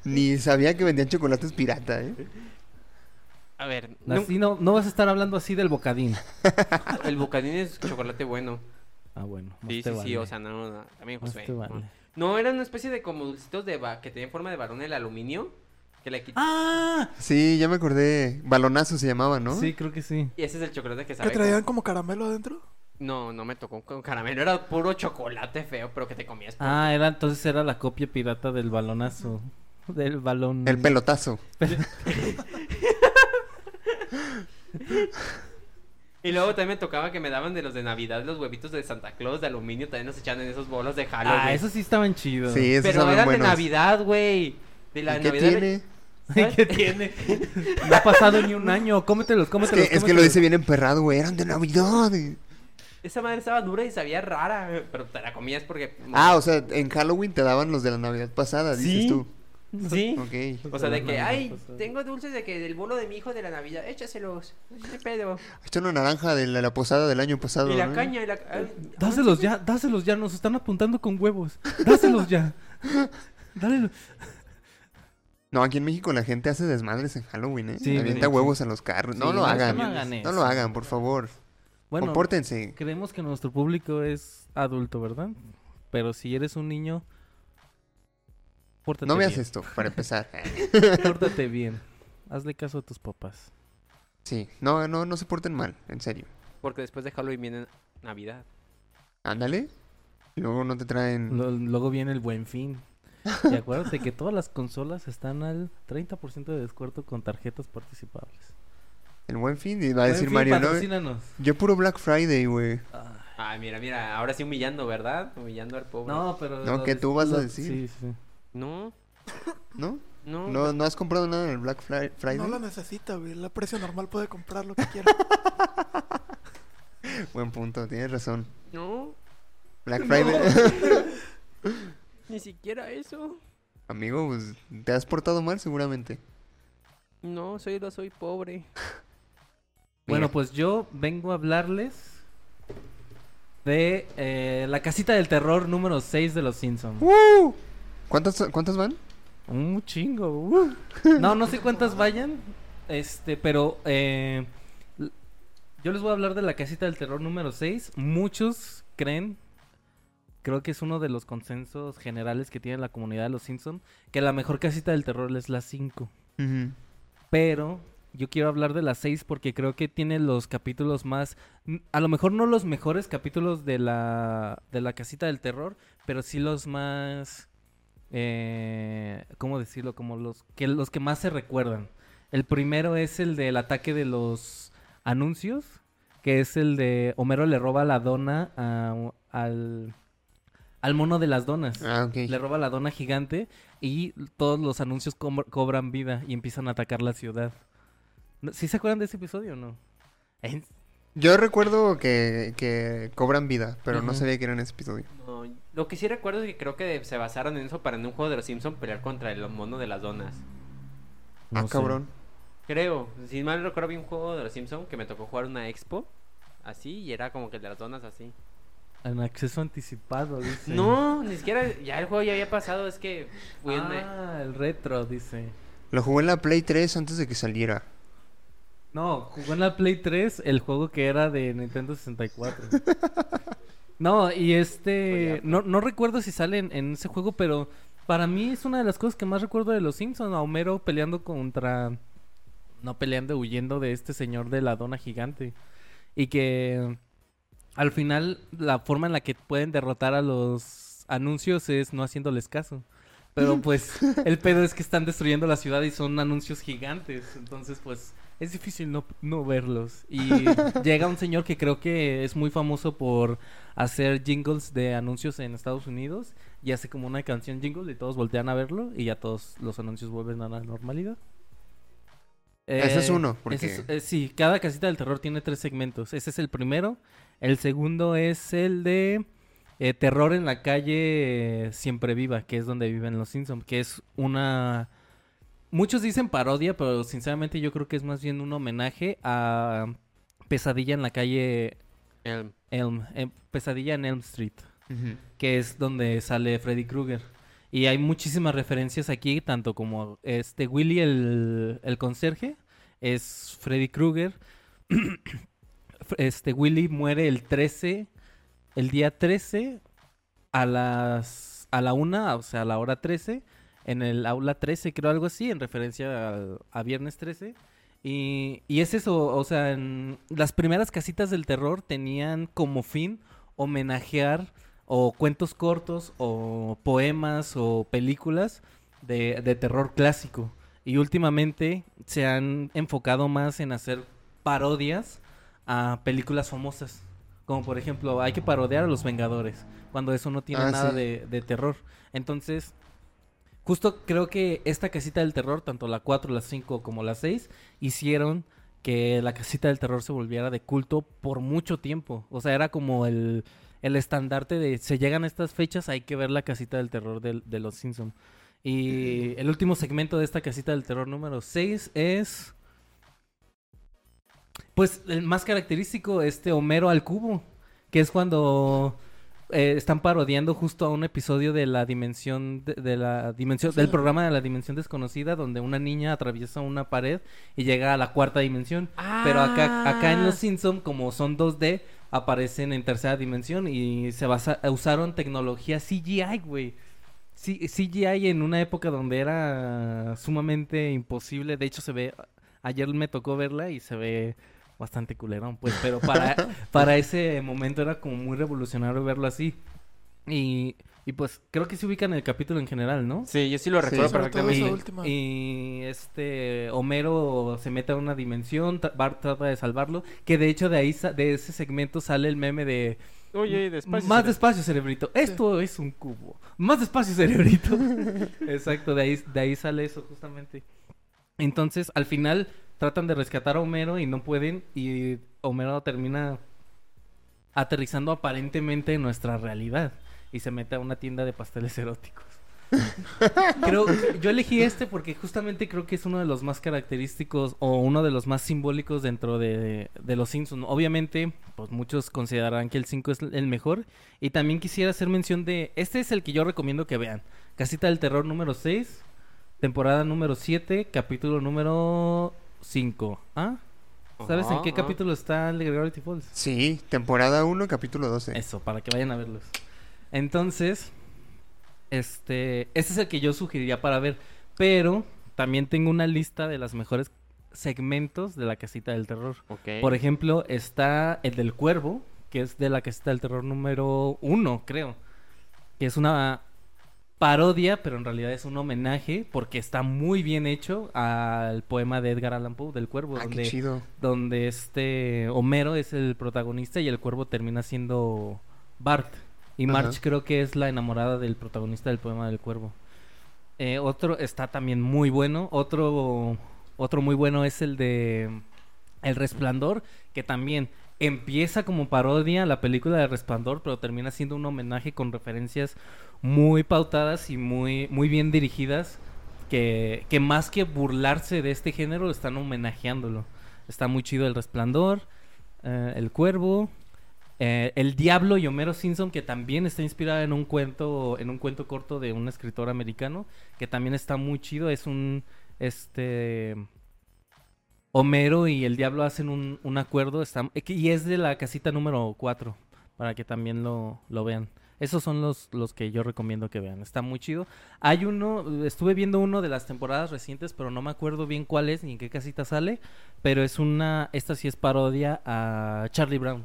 S2: ni sabía que vendían chocolates pirata, ¿eh?
S4: A ver, nunca-
S3: Así no, no vas a estar hablando así del bocadín.
S4: [laughs] el bocadín es chocolate bueno.
S3: Ah, bueno. más
S4: Sí, sí,
S3: te
S4: sí,
S3: vale.
S4: o sea, no, no, también
S3: Más
S4: Josué.
S3: te
S4: no.
S3: vale.
S4: No, eran una especie de como dulcitos de va que tenían forma de varón el aluminio. Que le quitaban.
S3: ¡Ah!
S2: Sí, ya me acordé. Balonazo se llamaba, ¿no?
S3: Sí, creo que sí.
S4: Y ese es el chocolate que
S5: Que
S4: sabe.
S5: traían como caramelo adentro.
S4: como- No, no me tocó con caramelo. Era puro chocolate feo, pero que te comías. por-
S3: Ah, era entonces era la copia pirata del balonazo. Del balón.
S2: El pelotazo.
S4: Y luego también me tocaba que me daban de los de Navidad los huevitos de Santa Claus de aluminio. También nos echaban en esos bolos de Halloween.
S3: Ah, esos sí estaban chidos.
S2: Sí, esos
S4: pero
S2: saben
S4: eran
S2: buenos.
S4: de Navidad, güey. De la
S2: ¿Y ¿Qué
S4: Navidad.
S2: tiene?
S4: [laughs] ¿sabes?
S3: ¿Qué tiene? No ha pasado ni un año. Cómetelos,
S2: Es
S3: cómetelos.
S2: que, es que lo
S3: cómetelos.
S2: dice bien emperrado, güey. Eran de Navidad. y-
S4: [laughs] Esa madre estaba dura y sabía rara. Pero te la comías porque.
S2: Ah, o sea, en Halloween te daban los de la Navidad pasada, dices
S4: Sí.
S2: tú.
S4: sí.
S2: Ok.
S4: O sea, de que,
S3: Navidad
S4: ay,
S3: pasada.
S4: tengo dulces de que del bolo de mi hijo de la Navidad, échaselos. ¿Qué pedo?
S2: Esto no naranja de la, la posada del año pasado.
S4: Y la
S2: ¿no?
S4: caña, y la. ay,
S3: Dáselos ya, dáselos ya. Nos están apuntando con huevos. Dáselos ya. Dale.
S2: No, aquí en México la gente hace desmadres en Halloween, ¿eh?
S3: Sí, güey.
S2: Avienta huevos a los carros. no
S3: Sí,
S2: lo
S3: no,
S2: hagan.
S3: no hagan
S2: No
S3: eso.
S2: lo hagan, por favor.
S3: Bueno,
S2: Compórtense.
S3: creemos que nuestro público es adulto, ¿verdad? Pero si eres un niño, pórtate
S2: No veas
S3: bien.
S2: esto, para
S3: [laughs]
S2: empezar.
S3: Pórtate bien. Hazle caso a tus papás.
S2: Sí, no, no, no se porten mal, en serio.
S4: Porque después de Halloween viene Navidad.
S2: Ándale. Y Luego no te traen.
S3: Lo- luego viene el
S2: [laughs]
S3: buen fin. Y acuérdate que todas las consolas están al 30% de descuento con tarjetas participables.
S2: El buen fin y va a
S3: Buen
S2: decir
S3: Fin,
S2: Mario, ¿no?
S3: patrocínanos.
S2: Yo puro Black Friday, güey.
S3: Ah,
S4: Ah, mira, mira, ahora sí humillando, ¿verdad? Humillando al pobre.
S3: no, pero.
S2: No,
S3: lo
S2: ¿qué
S3: des-
S2: tú vas a
S3: lo-
S2: decir?
S3: Sí, sí.
S4: No,
S2: ¿No?
S4: no.
S2: ¿No, no has comprado nada en el Black Fri- Friday?
S5: No lo necesita, güey. La precio normal puede comprar
S3: [laughs]
S5: lo que quiera.
S2: Buen punto, tienes razón.
S3: [laughs]
S4: no,
S2: Black Friday.
S4: ni siquiera eso.
S2: Amigo, pues te has portado mal seguramente.
S4: No, soy lo soy pobre.
S3: Bueno, pues yo vengo a hablarles de eh, la casita del terror número 6 de los Simpsons.
S2: ¡Woo! ¿Cuántas, cuántas van?
S3: Un chingo. uh. No, no sé cuántas vayan. Este, pero eh, l- yo les voy a hablar de la casita del terror número 6. Muchos creen, creo que es uno de los consensos generales que tiene la comunidad de los Simpson, que la mejor casita del terror es la 5.
S2: Ujú.
S3: Pero yo quiero hablar de la 6 porque creo que tiene los capítulos más. n- A lo mejor no los mejores capítulos de la, de la casita del terror, pero sí los más. eh, ¿Cómo decirlo? Como los que, los que más se recuerdan. El primero es el del ataque de los anuncios, que es el de Homero le roba la dona a u- al, al mono de las donas.
S2: Ah, ok.
S3: Le roba la dona gigante y todos los anuncios com- cobran vida y empiezan a atacar la ciudad. No- ¿Sí se acuerdan de ese episodio o no? En-
S2: Yo recuerdo que, que cobran vida, pero no
S3: Ujú.
S2: sabía que era en ese episodio.
S4: No, lo que sí recuerdo es que creo que se basaron en eso para en un juego de los Simpsons pelear contra el mono de las donas.
S2: ah,
S3: no sé.
S2: cabrón.
S4: Creo, si mal no recuerdo, vi un juego de los Simpsons que me tocó jugar una expo. Así, y era como que el de las donas así.
S3: En acceso anticipado, dice.
S4: No, ni siquiera, ya el juego ya había pasado, es que fui en-
S3: Ah, el retro, dice.
S2: Lo jugué en la Play 3 antes de que saliera.
S3: No, jugó en la Play 3 el juego que era de Nintendo 64. No, y este. No, no recuerdo si sale en, en ese juego, pero para mí es una de las cosas que más recuerdo de los Simpsons. A Homero peleando contra. No peleando, huyendo de este señor de la dona gigante. Y que. Al final, la forma en la que pueden derrotar a los anuncios es no haciéndoles caso. Pero pues, el pedo es que están destruyendo la ciudad y son anuncios gigantes. Entonces, pues, es difícil no, no verlos.
S2: [laughs]
S3: Y llega un señor que creo que es muy famoso por hacer jingles de anuncios en Estados Unidos y hace como una canción jingle y todos voltean a verlo y ya todos los anuncios vuelven a la normalidad.
S2: Ese es
S3: Eh,
S2: uno,
S3: ese
S2: porque-
S3: es- eh, sí, cada casita del terror tiene tres segmentos. Ese es el primero. El segundo es el de eh, Terror en la calle eh, Siempre Viva, que es donde viven los Simpsons, que es una... Muchos dicen parodia, pero sinceramente yo creo que es más bien un homenaje a Pesadilla en la calle
S4: el-
S3: Elm, eh, Pesadilla en Elm Street, que es donde sale Freddy Krueger. Y hay muchísimas referencias aquí, tanto como este Willy el, el conserje, es Freddy Krueger. [clears throat] Fr- este Willy muere el 13, el día 13 a las a la una, o sea, a la hora 13 en el aula 13, creo algo así, en referencia al- a viernes 13. Y, y es eso, o sea, en- las primeras casitas del terror tenían como fin homenajear o cuentos cortos o poemas o películas de, de terror clásico. Y últimamente se han enfocado más en hacer parodias a películas famosas. Como por ejemplo, hay que parodiar a Los Vengadores, cuando eso no tiene
S2: Ah,
S3: nada
S2: sí.
S3: de, de terror. Entonces, justo creo que esta casita del terror, tanto la 4, la 5 como la 6, hicieron que la casita del terror se volviera de culto por mucho tiempo. O sea, era como el, el estandarte de se llegan estas fechas, hay que ver la casita del terror del- de, los Simpsons. Y el último segmento de esta casita del terror número 6 es. Pues el más característico, este Homero al cubo, que es cuando eh, están parodiando justo a un episodio de la dimensión de, de la dimensión del programa de la dimensión desconocida donde una niña atraviesa una pared y llega a la cuarta dimensión. Pero acá acá en los Simpson como son 2D aparecen en tercera dimensión y se basa, usaron tecnología CGI, güey. Sí, CGI en una época donde era sumamente imposible. De hecho, se ve. Ayer me tocó verla y se ve bastante culerón, pues. Pero para, para ese momento era como muy revolucionario verlo así. Y, y pues creo que se ubica en el capítulo en general, ¿no?
S4: Sí, yo sí lo recuerdo
S5: sobre todo
S4: perfectamente.
S5: esa
S3: Y-
S5: última.
S3: Y este Homero se mete a una dimensión, tra- Bart trata de salvarlo, que de hecho de ahí sa- de ese segmento sale el meme de
S4: Oye, despacio.
S3: más
S4: será.
S3: despacio cerebrito. Esto es un cubo. Más despacio cerebrito. Exacto, de ahí de ahí sale eso justamente. Entonces, al final tratan de rescatar a Homero y no pueden y Homero termina aterrizando aparentemente en nuestra realidad y se mete a una tienda de pasteles eróticos. creo yo elegí este porque justamente creo que es uno de los más característicos o uno de los más simbólicos dentro de, de los Simpsons. Obviamente, pues muchos considerarán que el 5 es el mejor y también quisiera hacer mención de este es el que yo recomiendo que vean. Casita del terror número 6, temporada número 7, capítulo número 5. ¿Ah? ¿Sabes en
S4: Ajá,
S3: qué
S4: ah.
S3: capítulo está el de Gravity Falls?
S2: Sí, temporada 1, capítulo 12.
S3: Eso, para que vayan a verlos. Entonces, este, este es el que yo sugeriría para ver, pero también tengo una lista de las mejores segmentos de la casita del terror.
S4: Ok.
S3: Por ejemplo, está el del cuervo, que es de la casita del terror número uno, creo. Que es una parodia, pero en realidad es un homenaje, porque está muy bien hecho al poema de Edgar Allan Poe, del cuervo,
S2: Ah, qué
S3: donde
S2: chido.
S3: donde este Homero es el protagonista y el cuervo termina siendo Bart. Y
S2: Ajá.
S3: March creo que es la enamorada del protagonista del poema del cuervo. Eh, otro está también muy bueno. Otro, otro muy bueno es el de El Resplandor, que también empieza como parodia la película de Resplandor, pero termina siendo un homenaje con referencias muy pautadas y muy, muy bien dirigidas, que, que más que burlarse de este género, están homenajeándolo. Está muy chido El Resplandor, eh, El Cuervo, eh, El Diablo y Homero Simpson, que también está inspirada en un cuento, en un cuento corto de un escritor americano, que también está muy chido. Es un este Homero y el Diablo hacen un, un acuerdo. está- eh, y es de la casita número 4. Para que también lo, lo vean. Esos son los, los que yo recomiendo que vean. Está muy chido. Hay uno, estuve viendo uno de las temporadas recientes, pero no me acuerdo bien cuál es ni en qué casita sale. Pero es una, esta sí es parodia a Charlie Brown.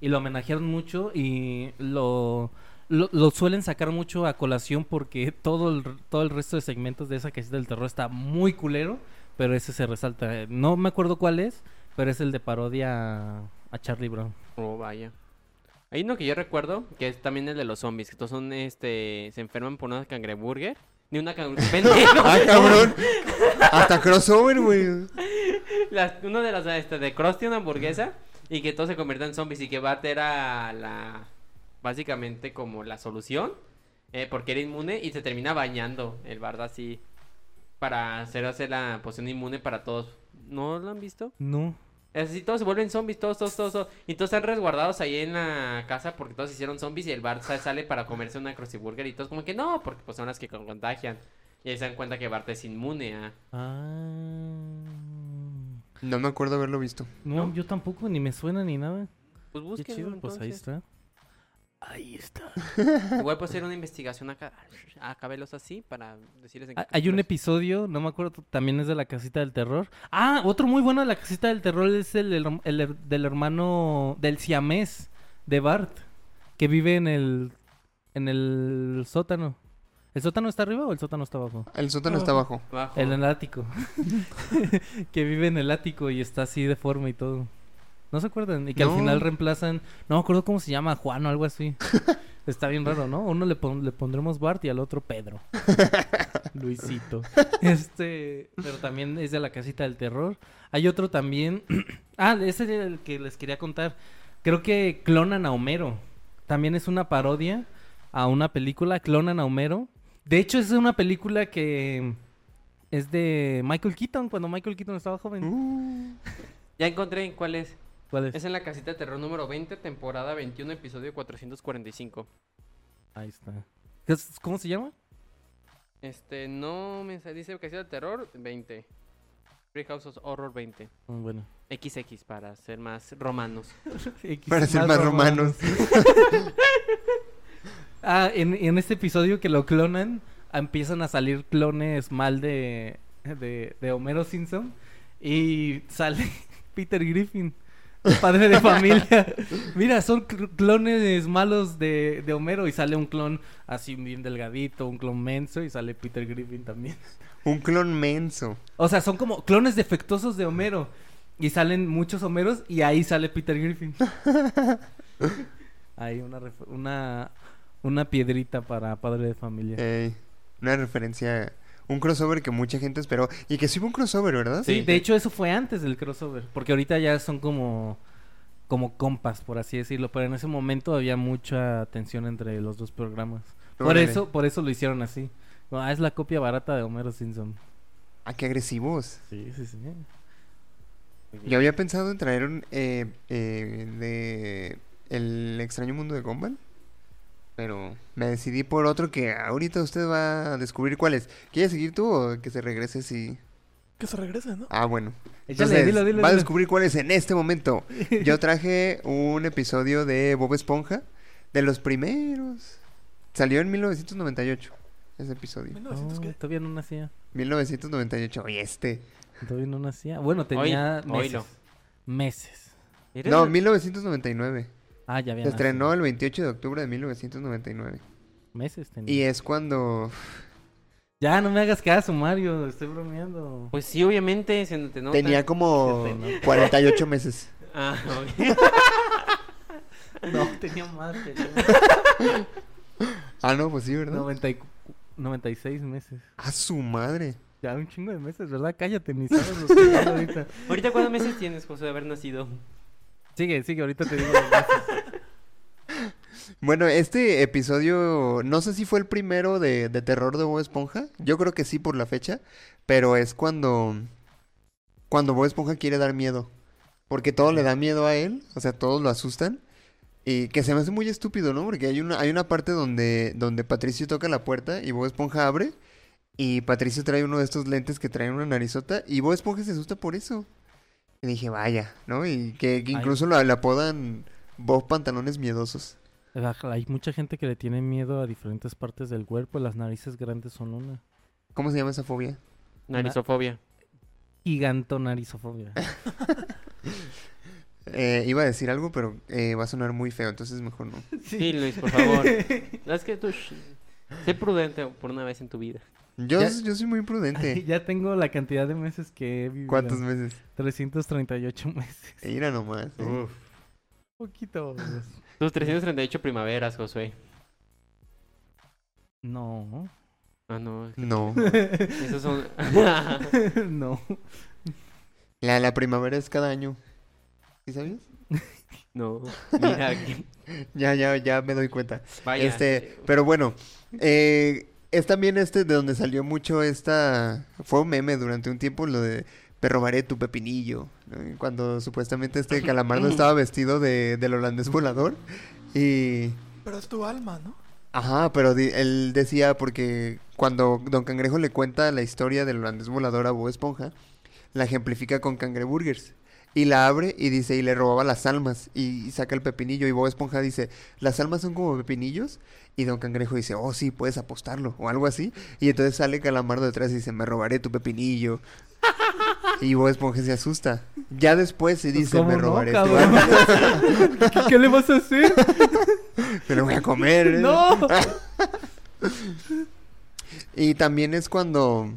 S3: Y lo homenajearon mucho y lo, lo, lo suelen sacar mucho a colación porque [laughs] todo el, todo el resto de segmentos de esa casita del terror está muy culero, pero ese se resalta. Eh, No me acuerdo cuál es, pero es el de parodia a, a Charlie Brown.
S4: Oh, vaya. Hay uno que yo recuerdo, que es también el de los zombies, que todos son, este, se enferman por una cangreburger. Ni una cangreburger. [laughs]
S2: ¡Ah, cabrón! Hasta crossover, güey.
S4: uno de las, este, de Krusty, una hamburguesa, y que todos se convierten en zombies, y que Bart era la, básicamente como la solución, eh, porque era inmune, y se termina bañando el Bart así, para hacer, hacer la poción inmune para todos. ¿No lo han visto?
S3: No.
S4: Es así, todos se vuelven zombies, todos, todos, todos, todos. Y todos están resguardados ahí en la casa porque todos se hicieron zombies y el Bart sa- sale para comerse una Krusty Burger y todos como que no, porque pues son las que con- contagian. Y ahí se dan cuenta que Bart es inmune a...
S2: No me acuerdo haberlo visto.
S3: Ah. No,
S4: ¿No?
S3: yo tampoco, ni me suena ni nada.
S4: Pues
S3: Qué
S4: búsquenlo
S3: chido, pues ahí
S4: entonces.
S3: está. Ahí está.
S4: Voy a hacer una investigación acá, a cabelos así para decirles en qué
S3: Ah, Hay un
S4: capítulo
S3: episodio, no me acuerdo, también es de la casita del terror. Ah, otro muy bueno de la casita del terror es el, her- el her- del hermano del siamés de Bart, que vive en el en el sótano. ¿El sótano está arriba o el sótano está abajo?
S2: El sótano está abajo.
S4: es. Abajo.
S3: El, en el ático. [laughs] que vive en el ático y está así deforme y todo. ¿No se acuerdan? Y que
S2: No.
S3: al final reemplazan, no me acuerdo cómo se llama, Juan o
S2: [laughs]
S3: algo así. está bien raro, ¿no? Uno le, pon- le pondremos Bart y al
S2: [laughs]
S3: otro Pedro. Luisito. Este, pero también es de la casita del terror. Hay otro también. [clears throat] ah, ese es el que les quería contar. Creo que clonan a Homero. También es una parodia a una película, clonan a Homero. De hecho, es una película que es de Michael Keaton, cuando Michael Keaton estaba joven.
S2: Uh,
S4: Ya encontré en cuál es.
S3: ¿Cuál es?
S4: Es en la casita de terror número 20, temporada 21, episodio 445.
S3: Ahí está. ¿Qué es- ¿Cómo se llama?
S4: Este, no me sa- dice casita de terror 20. Free House of Horror 20.
S3: Mm, Bueno.
S4: XX para ser más romanos.
S3: [laughs] X,
S2: Para ser más romanos.
S3: [laughs] Ah, en, en este episodio que lo clonan, empiezan a salir clones mal de, de, de Homero Simpson y sale [laughs] Peter Griffin, padre de
S2: [laughs]
S3: familia. Mira, son cl- clones malos de, de Homero y sale un clon así bien delgadito, un clon menso y sale Peter Griffin también.
S2: Un clon menso.
S3: O sea, son como clones defectuosos de Homero. Y salen muchos Homeros y ahí sale Peter [laughs] Griffin. Hay una, ref- una, una piedrita para padre de familia.
S2: Ey, una referencia. Un crossover que mucha gente esperó. Y que sí fue un crossover, ¿verdad?
S3: sí, de hecho eso fue antes del crossover. Porque ahorita ya son como, como compas, por así decirlo. Pero en ese momento había mucha tensión entre los dos programas. Por
S2: Órale.
S3: eso, por eso lo hicieron así. Ah, es la copia barata de Homero Simpson.
S2: Ah, qué agresivos.
S3: Sí, sí, sí.
S2: Yo había pensado en traer un. eh, eh, de. El extraño mundo de Gumball. Pero me decidí por otro que ahorita usted va a descubrir cuál es. ¿Quieres seguir tú o que se regrese si.?
S5: Que se regrese, ¿no?
S2: Ah, bueno.
S3: Échale,
S2: Entonces,
S3: dilo, dilo,
S2: va a
S3: dilo.
S2: descubrir cuál es en este
S3: [laughs]
S2: momento. Yo traje un episodio de Bob Esponja, de los primeros. Salió en 1998, ese episodio.
S5: 1900
S3: No,
S5: qué?
S3: todavía no nacía.
S2: 1998, oye, este.
S3: Todavía no nacía. Bueno, tenía
S4: Hoy- hoy
S3: meses.
S4: no.
S2: No,
S3: Meses.
S2: 1999.
S3: Ah, ya había
S2: Se estrenó
S3: nacido.
S2: el 28 de octubre de 1999.
S3: Meses tenía.
S2: Y es cuando...
S3: Ya, no me hagas caso, Mario. Estoy bromeando. [laughs]
S4: Pues sí, obviamente, se te nota.
S2: Tenía como
S3: Se te
S2: 48 meses.
S4: Ah, ok. [laughs]
S3: No, tenía más.
S2: [laughs]
S3: tenía-
S2: Ah, no, pues sí, ¿verdad?
S3: 90 y cu- 96 meses.
S2: A su madre.
S3: Ya, un chingo de meses, ¿verdad? Cállate, ni sabes lo que estoy hablando ahorita.
S4: Ahorita, ¿cuántos meses tienes, José, de haber nacido?
S3: Sigue, sigue, ahorita te digo. los meses.
S2: Bueno, este episodio, no sé si fue el primero de, de terror de Bob Esponja, yo creo que sí por la fecha, pero es cuando, cuando Bob Esponja quiere dar miedo, porque todo le da miedo a él, o sea, todos lo asustan, y que se me hace muy estúpido, ¿no? Porque hay una, hay una parte donde, donde Patricio toca la puerta y Bob Esponja abre, y Patricio trae uno de estos lentes que traen una narizota, y Bob Esponja se asusta por eso. Y dije, vaya, ¿no? Y que, que
S3: Ay.
S2: incluso lo, le apodan Bob Pantalones Miedosos.
S3: Ajá, Ah, Hay mucha gente que le tiene miedo a diferentes partes del cuerpo. Las narices grandes son una.
S2: ¿Cómo se llama esa fobia?
S4: Narizofobia.
S2: [laughs]
S3: Gigantonarizofobia.
S2: Eh, iba a decir algo, pero eh, va a sonar muy feo, entonces mejor [laughs] no.
S4: Sí, Luis,
S2: [laughs]
S4: por favor. es que tú... sh- Sé prudente por una vez en tu vida.
S2: Yo,
S3: Ya-
S2: yo soy muy prudente. [laughs]
S3: ya tengo la cantidad de meses que he vivido.
S2: ¿Cuántos meses?
S3: 338 meses. [laughs]
S2: Mira nomás. eh. [laughs]
S3: Poquito.
S4: Tus 338 primaveras, Josué.
S2: [laughs]
S3: No.
S4: Ah, no.
S2: No.
S4: Esos son...
S3: no.
S2: La, la primavera es cada año. ¿Sí sabías?
S4: no. Mira, que-
S2: Ya, ya, ya me doy cuenta.
S4: vaya.
S2: Este, pero bueno, eh, es también este de donde salió mucho esta, fue un meme durante un tiempo lo de te robaré tu pepinillo, ¿no? Y cuando supuestamente [laughs] este calamardo estaba vestido de, del holandés volador y,
S5: Pero es tu alma, ¿no?
S2: ajá, pero di- él decía porque cuando Don Cangrejo le cuenta la historia del holandés volador a Bob Esponja, la ejemplifica con cangreburgers. Y la abre y dice, y le robaba las almas. Y, y saca el pepinillo. Y Bob Esponja dice, las almas son como pepinillos. Y Don Cangrejo dice, oh, sí, puedes apostarlo. O algo así. Y entonces sale Calamardo detrás y dice, me robaré tu pepinillo. y Bob Esponja se asusta. Ya después se dice,
S3: Pues, ¿cómo
S2: me
S3: no,
S2: robaré este tu
S3: cabrón?
S2: alma.
S3: [laughs] ¿Qué, qué le vas a hacer?
S2: Me lo voy a comer. ¿eh?".
S3: [laughs] no.
S2: Y también es cuando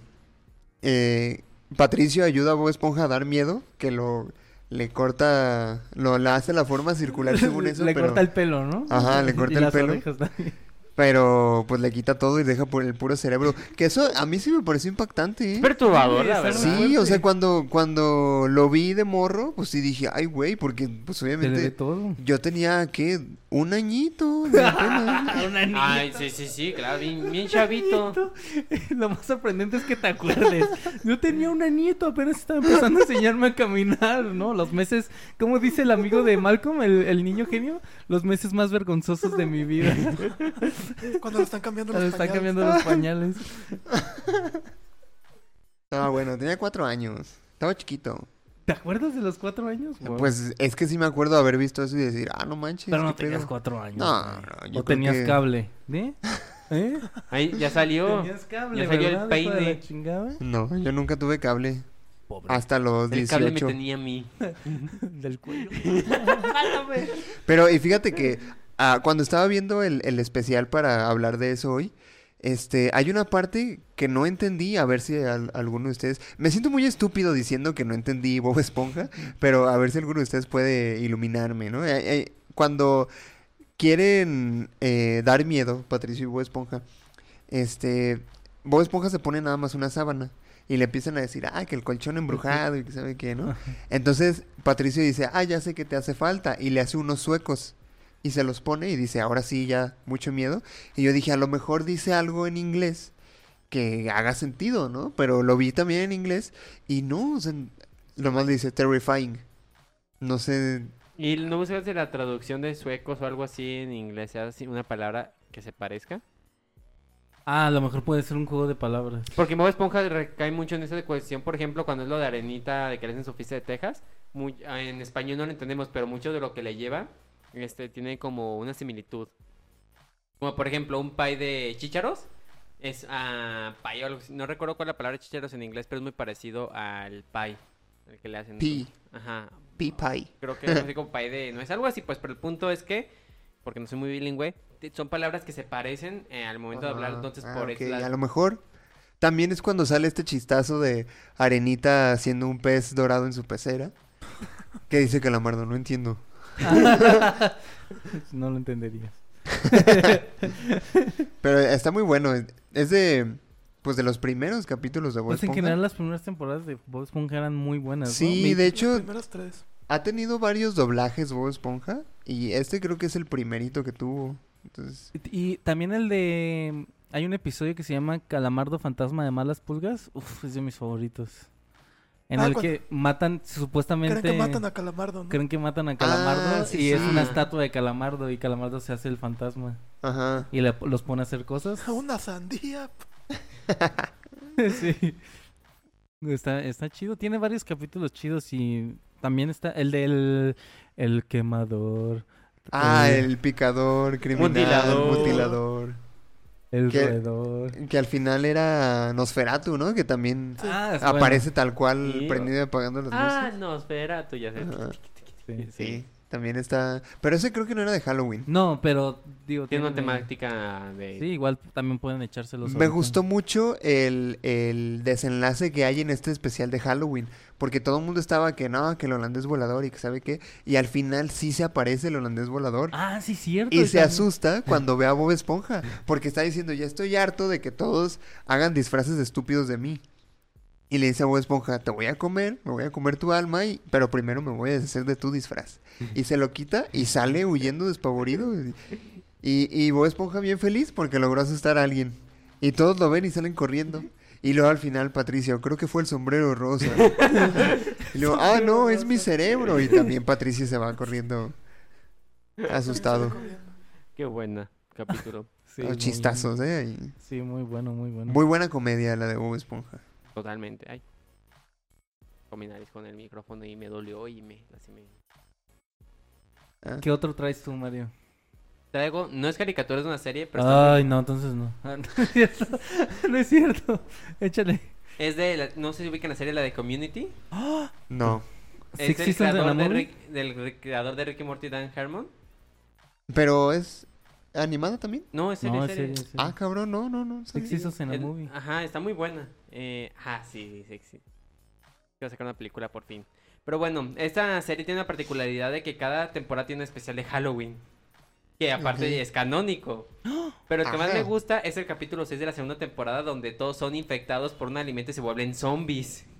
S2: eh, Patricio ayuda a Bob Esponja a dar miedo, que lo le corta, lo le hace la forma circular según eso,
S3: le
S2: pero
S3: [laughs] corta el pelo, ¿no?
S2: Ajá, le corta
S3: Y
S2: el
S3: las
S2: pelo. [laughs]
S3: orejas también.
S2: Pero pues le quita todo y deja por el puro cerebro. Que eso a mí sí me pareció impactante. ¿eh?
S4: Es perturbador, la
S3: Sí,
S4: verdad.
S3: está
S2: Sí, o
S5: fuerte.
S2: sea, cuando, cuando lo vi de morro, pues sí dije, ay, güey, porque pues
S3: Te le ve
S2: obviamente
S3: todo.
S2: yo tenía, ¿qué? Un añito. ni
S3: [laughs]
S2: apenas.
S4: Ay, sí, sí, sí, claro, bien, bien chavito.
S3: Lo más sorprendente es que te acuerdes. Yo tenía una nieto, apenas estaba empezando a enseñarme a caminar, ¿no? Los meses, como dice el amigo de Malcolm, el, el niño genio, los meses más vergonzosos de mi vida.
S5: Cuando le están
S3: [laughs]
S5: cambiando los
S3: Cuando están
S5: pañales.
S3: cambiando los pañales.
S2: Ah, bueno, tenía cuatro años. Estaba chiquito.
S3: ¿Te acuerdas de los cuatro años? Wow.
S2: Pues es que sí me acuerdo haber visto eso y decir, ah, no manches.
S3: Pero no
S2: qué
S3: tenías
S2: pedo".
S3: cuatro años.
S2: No,
S3: güey.
S2: no, yo
S3: o
S2: creo
S3: tenías
S2: que-
S3: cable. ¿Eh? ¿Eh? [laughs]
S4: Ahí ya salió.
S3: Tenías cable,
S4: Oh, Ya salió el
S3: ¿verdad? Hijo de la
S4: peine.
S2: [laughs]
S3: chingada.
S2: No, yo nunca tuve cable.
S3: Pobre.
S2: Hasta los
S4: El cable me
S2: 18.
S4: tenía a mí.
S3: Del cuello.
S2: Pero, y fíjate que ah, cuando estaba viendo el, el especial para hablar de eso hoy, este, hay una parte que no entendí, a ver si al- alguno de ustedes... Me siento muy estúpido diciendo que no entendí Bob Esponja, pero a ver si alguno de ustedes puede iluminarme, ¿no? Eh, eh, cuando quieren eh, dar miedo, Patricio y Bob Esponja, este, Bob Esponja se pone nada más una sábana. Y le empiezan a decir, ah, que el colchón embrujado y que sabe qué, ¿no? Entonces Patricio dice, ah, ya sé que te hace falta. Y le hace unos suecos. Y se los pone y dice, ahora sí, ya, mucho miedo. Y yo dije, a lo mejor dice algo en inglés que haga sentido, ¿no? Pero lo vi también en inglés y no, o sea, nomás le dice terrifying. No sé,
S4: ¿Y no buscas de la traducción de suecos o algo así en inglés? sea así una palabra que se parezca?
S3: Ah, a lo mejor puede ser un juego de palabras. [laughs]
S4: Porque Bob Esponja recae mucho en esa cuestión, por ejemplo, cuando es lo de Arenita, de que le hacen su fiesta de Texas. Muy, en español no lo entendemos, pero mucho de lo que le lleva este, tiene como una similitud. Como por ejemplo, un pie de chícharos. Es ah, pie o algo así. No recuerdo cuál es la palabra chícharos en inglés, pero es muy parecido al pie. El que le hacen.
S2: Pie.
S4: Ajá.
S2: pie pie.
S4: Creo que es así como pie de... No es algo así, pues, pero el punto es que, porque no soy muy bilingüe, te- son palabras que se parecen eh, al momento de hablar,
S2: Ajá.
S4: entonces
S2: Ah,
S4: por
S2: ok,
S4: eso... la-
S2: A lo mejor también es cuando sale este chistazo de Arenita haciendo un pez dorado en su pecera. Que dice Calamardo, no entiendo.
S3: No lo entenderías.
S2: Pero está muy bueno. Es de, pues, de los primeros capítulos de Bob
S3: Pues en
S2: Esponja.
S3: general las primeras temporadas de Bob Esponja eran muy buenas. ¿no?
S2: Sí,
S3: Mi-
S2: de
S5: Los
S2: hecho,
S5: primeros tres.
S2: ha tenido varios doblajes Bob Esponja. Y este creo que es el primerito que tuvo. Entonces,
S3: Y también el de... Hay un episodio que se llama Calamardo Fantasma de Malas Pulgas. Uf, es de mis favoritos. En
S5: Ah,
S3: el
S5: cuando-
S3: que matan supuestamente...
S5: Creen que matan a Calamardo, ¿no?
S3: creen que matan a Calamardo
S2: Ah, sí,
S3: y es
S2: sí.
S3: una estatua de Calamardo y Calamardo se hace el fantasma
S2: ajá.
S3: y le- los pone a hacer cosas.
S2: Ah,
S5: A [laughs] Una sandía.
S3: [laughs] sí. Está, está chido. Tiene varios capítulos chidos y también está el del el quemador,
S2: Ah,
S3: Eh,
S2: el picador, criminal,
S4: Mutilador.
S2: mutilador.
S3: el
S2: ¿Qué?
S3: roedor.
S2: Que al final era Nosferatu, ¿no? Que también
S3: Ah, es
S2: aparece tal cual,
S4: Sí, o-
S2: prendido y apagando
S3: pues,
S2: las luces.
S4: Ah, no, espera, tú ya sé.
S3: Ah,
S2: Ajá.
S3: bueno, sí.
S2: Sí. también está... Pero ese creo que no era de Halloween.
S3: No, pero digo
S4: Tiene una temática de...
S3: Sí, igual también pueden echárselos.
S2: Me
S3: ahorita.
S2: gustó mucho el, el desenlace que hay en este especial de Halloween, porque todo el mundo estaba que no, que el holandés volador y que sabe qué, y al final sí se aparece el holandés volador.
S3: Ah, sí cierto.
S2: Y se
S3: también-
S2: asusta cuando ve a Bob Esponja, porque está diciendo, ya estoy harto de que todos hagan disfraces estúpidos de mí. Y le dice a Bob Esponja, te voy a comer, me voy a comer tu alma, y, pero primero me voy a deshacer de tu disfraz. Y se lo quita y sale huyendo despavorido. Y, y Bob Esponja bien feliz porque logró asustar a alguien. Y todos lo ven y salen corriendo. Y luego al final, Patricio, creo que fue el sombrero rosa. y luego, ah, no, es mi cerebro. Y también Patricio se va corriendo asustado.
S4: Qué buena capítulo. [laughs]
S3: Sí,
S2: Ah,
S3: muy-
S2: chistazos, ¿eh? Y
S3: Sí, muy bueno, muy bueno.
S2: Muy buena comedia la de Bob Esponja.
S4: Totalmente. Ay. Comí nariz con el micrófono y me dolió y me... Así me...
S2: Ah.
S3: ¿Qué otro traes tú, Mario?
S4: Traigo... No es caricatura, es una serie, pero... Pues está muy-
S3: Ay, no, entonces no. [laughs] Ah, no es cierto. [laughs] No es cierto. Échale.
S4: [laughs] Es de... la- No sé si ubican la serie, la de Community.
S2: No.
S4: Es
S3: Six
S4: el
S3: Seasons and a
S4: creador de,
S3: Movie.
S4: Rick, del re- creador de Ricky Morty, Dan Harmon.
S2: Pero es animada también.
S4: No, es serie,
S3: No, es
S4: serie.
S3: serio, es serio. Ah,
S2: Ah, cabrón, no, no, no. sabía.
S3: Six Seasons and a
S4: Es-
S3: Movie.
S4: Ajá, está muy buena. Eh, ah, sí, sexy. Quiero sacar una película por fin. Pero bueno, esta serie tiene la particularidad de que cada temporada tiene un especial de Halloween. Que aparte
S2: Ok.
S4: es canónico. Pero el que más
S2: Ajá.
S4: me gusta es el capítulo 6 de la segunda temporada donde todos son infectados por un alimento y se vuelven zombies. [laughs]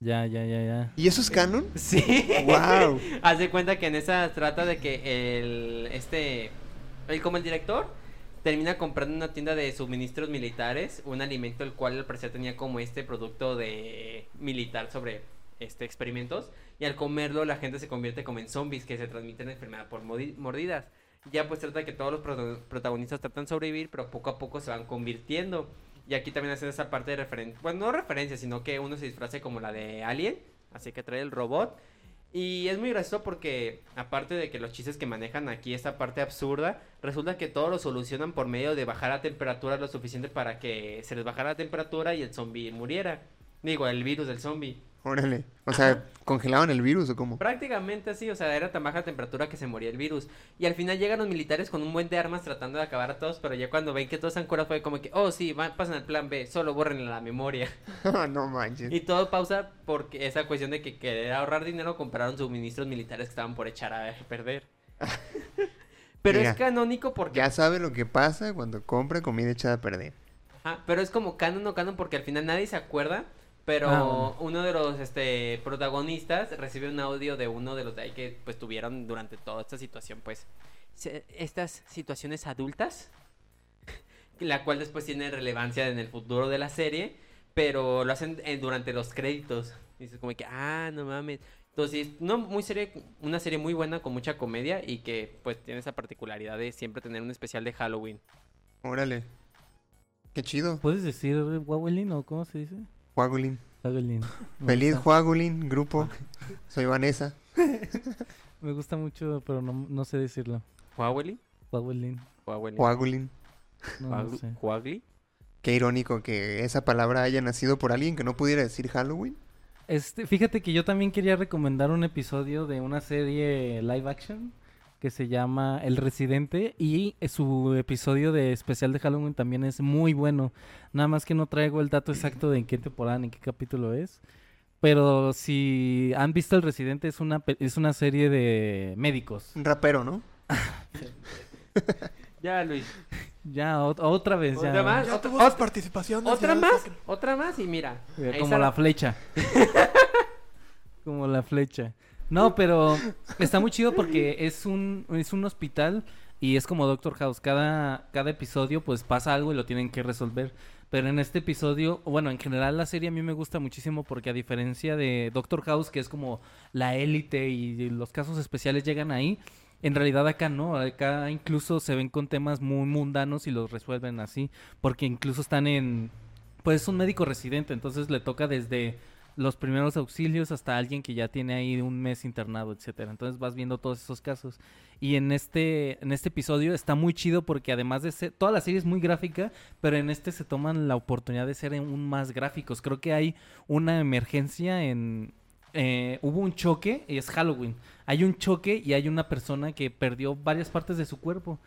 S3: Ya, ya, ya, ya.
S2: ¿Y eso es canon?
S4: Sí.
S2: ¡Wow!
S4: Haz de cuenta que en esa trata de que el este el como el director termina comprando en una tienda de suministros militares un alimento el cual al parecer tenía como este producto de militar sobre este experimentos y al comerlo la gente se convierte como en zombies que se transmiten la enfermedad por modi- mordidas. Ya pues trata de que todos los proto- protagonistas tratan de sobrevivir, pero poco a poco se van convirtiendo. Y aquí también hacen esa parte de referencia, bueno, no referencia, sino que uno se disfrace como la de Alien, así que trae el robot y es muy gracioso porque, aparte de que los chistes que manejan aquí, esta parte absurda, resulta que todo lo solucionan por medio de bajar la temperatura lo suficiente para que se les bajara la temperatura y el zombie muriera. Digo, el virus del zombie.
S2: Órale. O sea, ¿congelaban el virus o cómo?
S4: Prácticamente así, o sea, era tan baja temperatura que se moría el virus. Y al final llegan los militares con un buen de armas tratando de acabar a todos, pero ya cuando ven que todos están curados fue como que, oh sí, van, pasan al plan B, solo borren la memoria.
S2: [laughs] no manches.
S4: Y todo pausa porque esa cuestión de que querer ahorrar dinero compraron suministros militares que estaban por echar a
S2: [laughs]
S4: perder. pero
S2: Mira,
S4: es canónico porque...
S2: Ya sabe lo que pasa cuando compra comida echada a perder.
S4: Ajá, pero es como canon o canon porque al final nadie se acuerda, pero
S3: Ah, bueno.
S4: uno de los este, protagonistas recibe un audio de uno de los de ahí que pues tuvieron durante toda esta situación, pues se- estas situaciones adultas, la cual después tiene relevancia en el futuro de la serie, pero lo hacen eh, durante los créditos. Dices como que, ah, no mames. Entonces, no, muy serie, una serie muy buena con mucha comedia y que pues tiene esa particularidad de siempre tener un especial de Halloween.
S2: Órale. Qué chido.
S3: ¿Puedes decir Guagolin o cómo se dice?
S2: Juagulín. [laughs]
S3: Guagolin. Me
S2: Feliz
S3: gusta.
S2: Juagulín, grupo. Soy Vanessa.
S3: Me gusta mucho, pero no, no sé decirlo.
S4: ¿Huawei?
S3: Guagolin.
S4: ¿Huawei?
S2: Juagulín.
S3: No, no
S4: Juagli-
S3: sé.
S4: Juagli.
S2: Qué irónico que esa palabra haya nacido por alguien que no pudiera decir Halloween.
S3: Este, fíjate que yo también quería recomendar un episodio de una serie live action que se llama El Residente y eh, su episodio de especial de Halloween también es muy bueno. Nada más que no traigo el dato exacto de en qué temporada ni en qué capítulo es. Pero si han visto El Residente es una pe- es una serie de médicos.
S2: Un rapero, ¿no?
S4: Ya, Luis.
S3: Ya ot- Ah, otra vez ya.
S4: ¿Otra más?
S5: Ya
S4: otra-
S5: tuvo
S4: ot-
S5: sus participaciones.
S4: ¿Otra
S5: ya-
S4: más? ¿Otra más? Y mira.
S3: Mira,
S4: ahí
S3: Como
S4: está
S3: la
S4: [laughs]
S3: flecha. Como la flecha. No, pero está muy chido porque es un, es un hospital y es como Doctor House. Cada, cada episodio pues pasa algo y lo tienen que resolver. Pero en este episodio, bueno, en general la serie a mí me gusta muchísimo porque a diferencia de Doctor House, que es como la élite y los casos especiales llegan ahí, en realidad acá no, acá incluso se ven con temas muy mundanos y los resuelven así, porque incluso están en, pues es un médico residente, entonces le toca desde los primeros auxilios hasta alguien que ya tiene ahí un mes internado, etcétera. Entonces vas viendo todos esos casos. Y en este, en este episodio está muy chido porque además de ser, toda la serie es muy gráfica, pero en este se toman la oportunidad de ser aún más gráficos. Creo que hay una emergencia en... eh, hubo un choque, y es Halloween. Hay un choque y hay una persona que perdió varias partes de su cuerpo.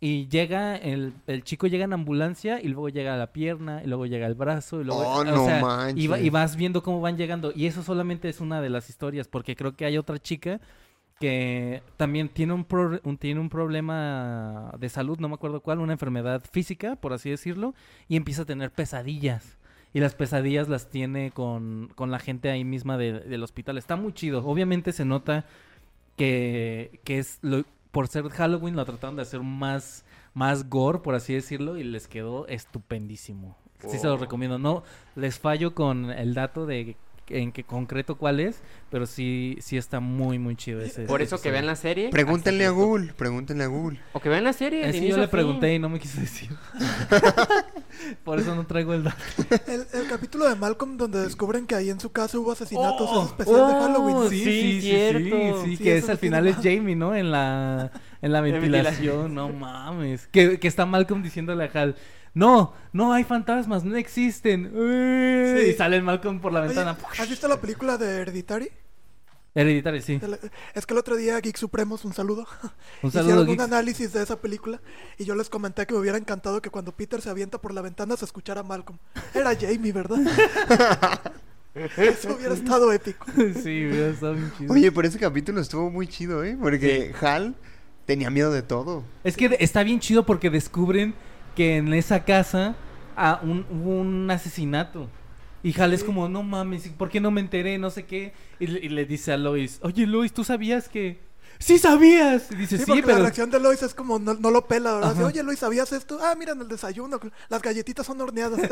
S3: Y llega, el, el chico llega en ambulancia y luego llega la pierna y luego llega el brazo y luego...
S2: Oh,
S3: o
S2: no
S3: sea,
S2: manches.
S3: y, va- y vas viendo cómo van llegando. Y eso solamente es una de las historias, porque creo que hay otra chica que también tiene un, pro- un- tiene un problema de salud, no me acuerdo cuál, una enfermedad física, por así decirlo, y empieza a tener pesadillas. Y las pesadillas las tiene con, con la gente ahí misma de- del hospital. Está muy chido. Obviamente se nota que, que es lo- por ser Halloween lo trataron de hacer más, más gore, por así decirlo, y les quedó estupendísimo. Sí se
S4: Oh.
S3: los recomiendo. No les fallo con el dato de en qué concreto cuál es, pero sí, sí está muy, muy chido ese.
S4: Por eso que vean la serie.
S2: Pregúntenle a
S4: hasta-
S2: Google, pregúntenle a Google.
S4: O que vean la serie. de
S3: Es que
S4: inicio
S3: yo le
S4: a fin.
S3: pregunté y no me quiso
S4: [laughs]
S3: decir. por eso no traigo el dato.
S5: El, el capítulo de Malcolm donde descubren que ahí en su casa hubo asesinatos
S3: Oh,
S5: es
S3: [laughs]
S5: especial de
S3: oh,
S5: Halloween. Sí,
S4: sí,
S3: sí,
S4: cierto.
S3: sí,
S5: Sí,
S3: que
S5: eso
S3: es al
S5: no tiene
S3: final es
S5: nada.
S3: Jamie, ¿no? En la, en
S5: [laughs]
S3: la
S4: ventilación.
S3: ventilación, no mames. Que, que está Malcolm diciéndole a Hal, no, no hay fantasmas, no existen. Uy,
S5: Sí.
S3: Y sale el Malcolm por la
S5: Oye,
S3: ventana.
S5: ¿Has visto la película de Hereditary?
S3: Hereditary, sí. [laughs]
S5: De la- Es que el otro día Geek Supremos, un saludo, [laughs]
S3: Un saludo,
S5: hicieron un
S3: Geeks.
S5: análisis de esa película y yo les comenté que me hubiera encantado que cuando Peter se avienta por la ventana se escuchara Malcolm. Era Jamie, ¿verdad? [laughs] Eso hubiera estado épico.
S3: sí, hubiera estado bien chido.
S2: Oye, pero ese capítulo estuvo muy chido, ¿eh? Porque Hal Tenía miedo de todo.
S3: Es que está bien chido porque descubren que en esa casa ah, un- hubo un asesinato. Y Hal es como, no mames, ¿por qué no me enteré? No sé qué. Y, le- y le dice a Lois, oye Lois, ¿tú sabías que...? ¡Sí sabías! Y dice,
S5: Sí,
S3: sí,
S5: porque la
S3: pero...
S5: reacción de Lois es como, no, no lo pela, ¿verdad? Así,
S3: Ajá.
S5: Oye, Lois, ¿sabías esto? Ah, mira, en el desayuno, las galletitas son horneadas.
S3: [laughs]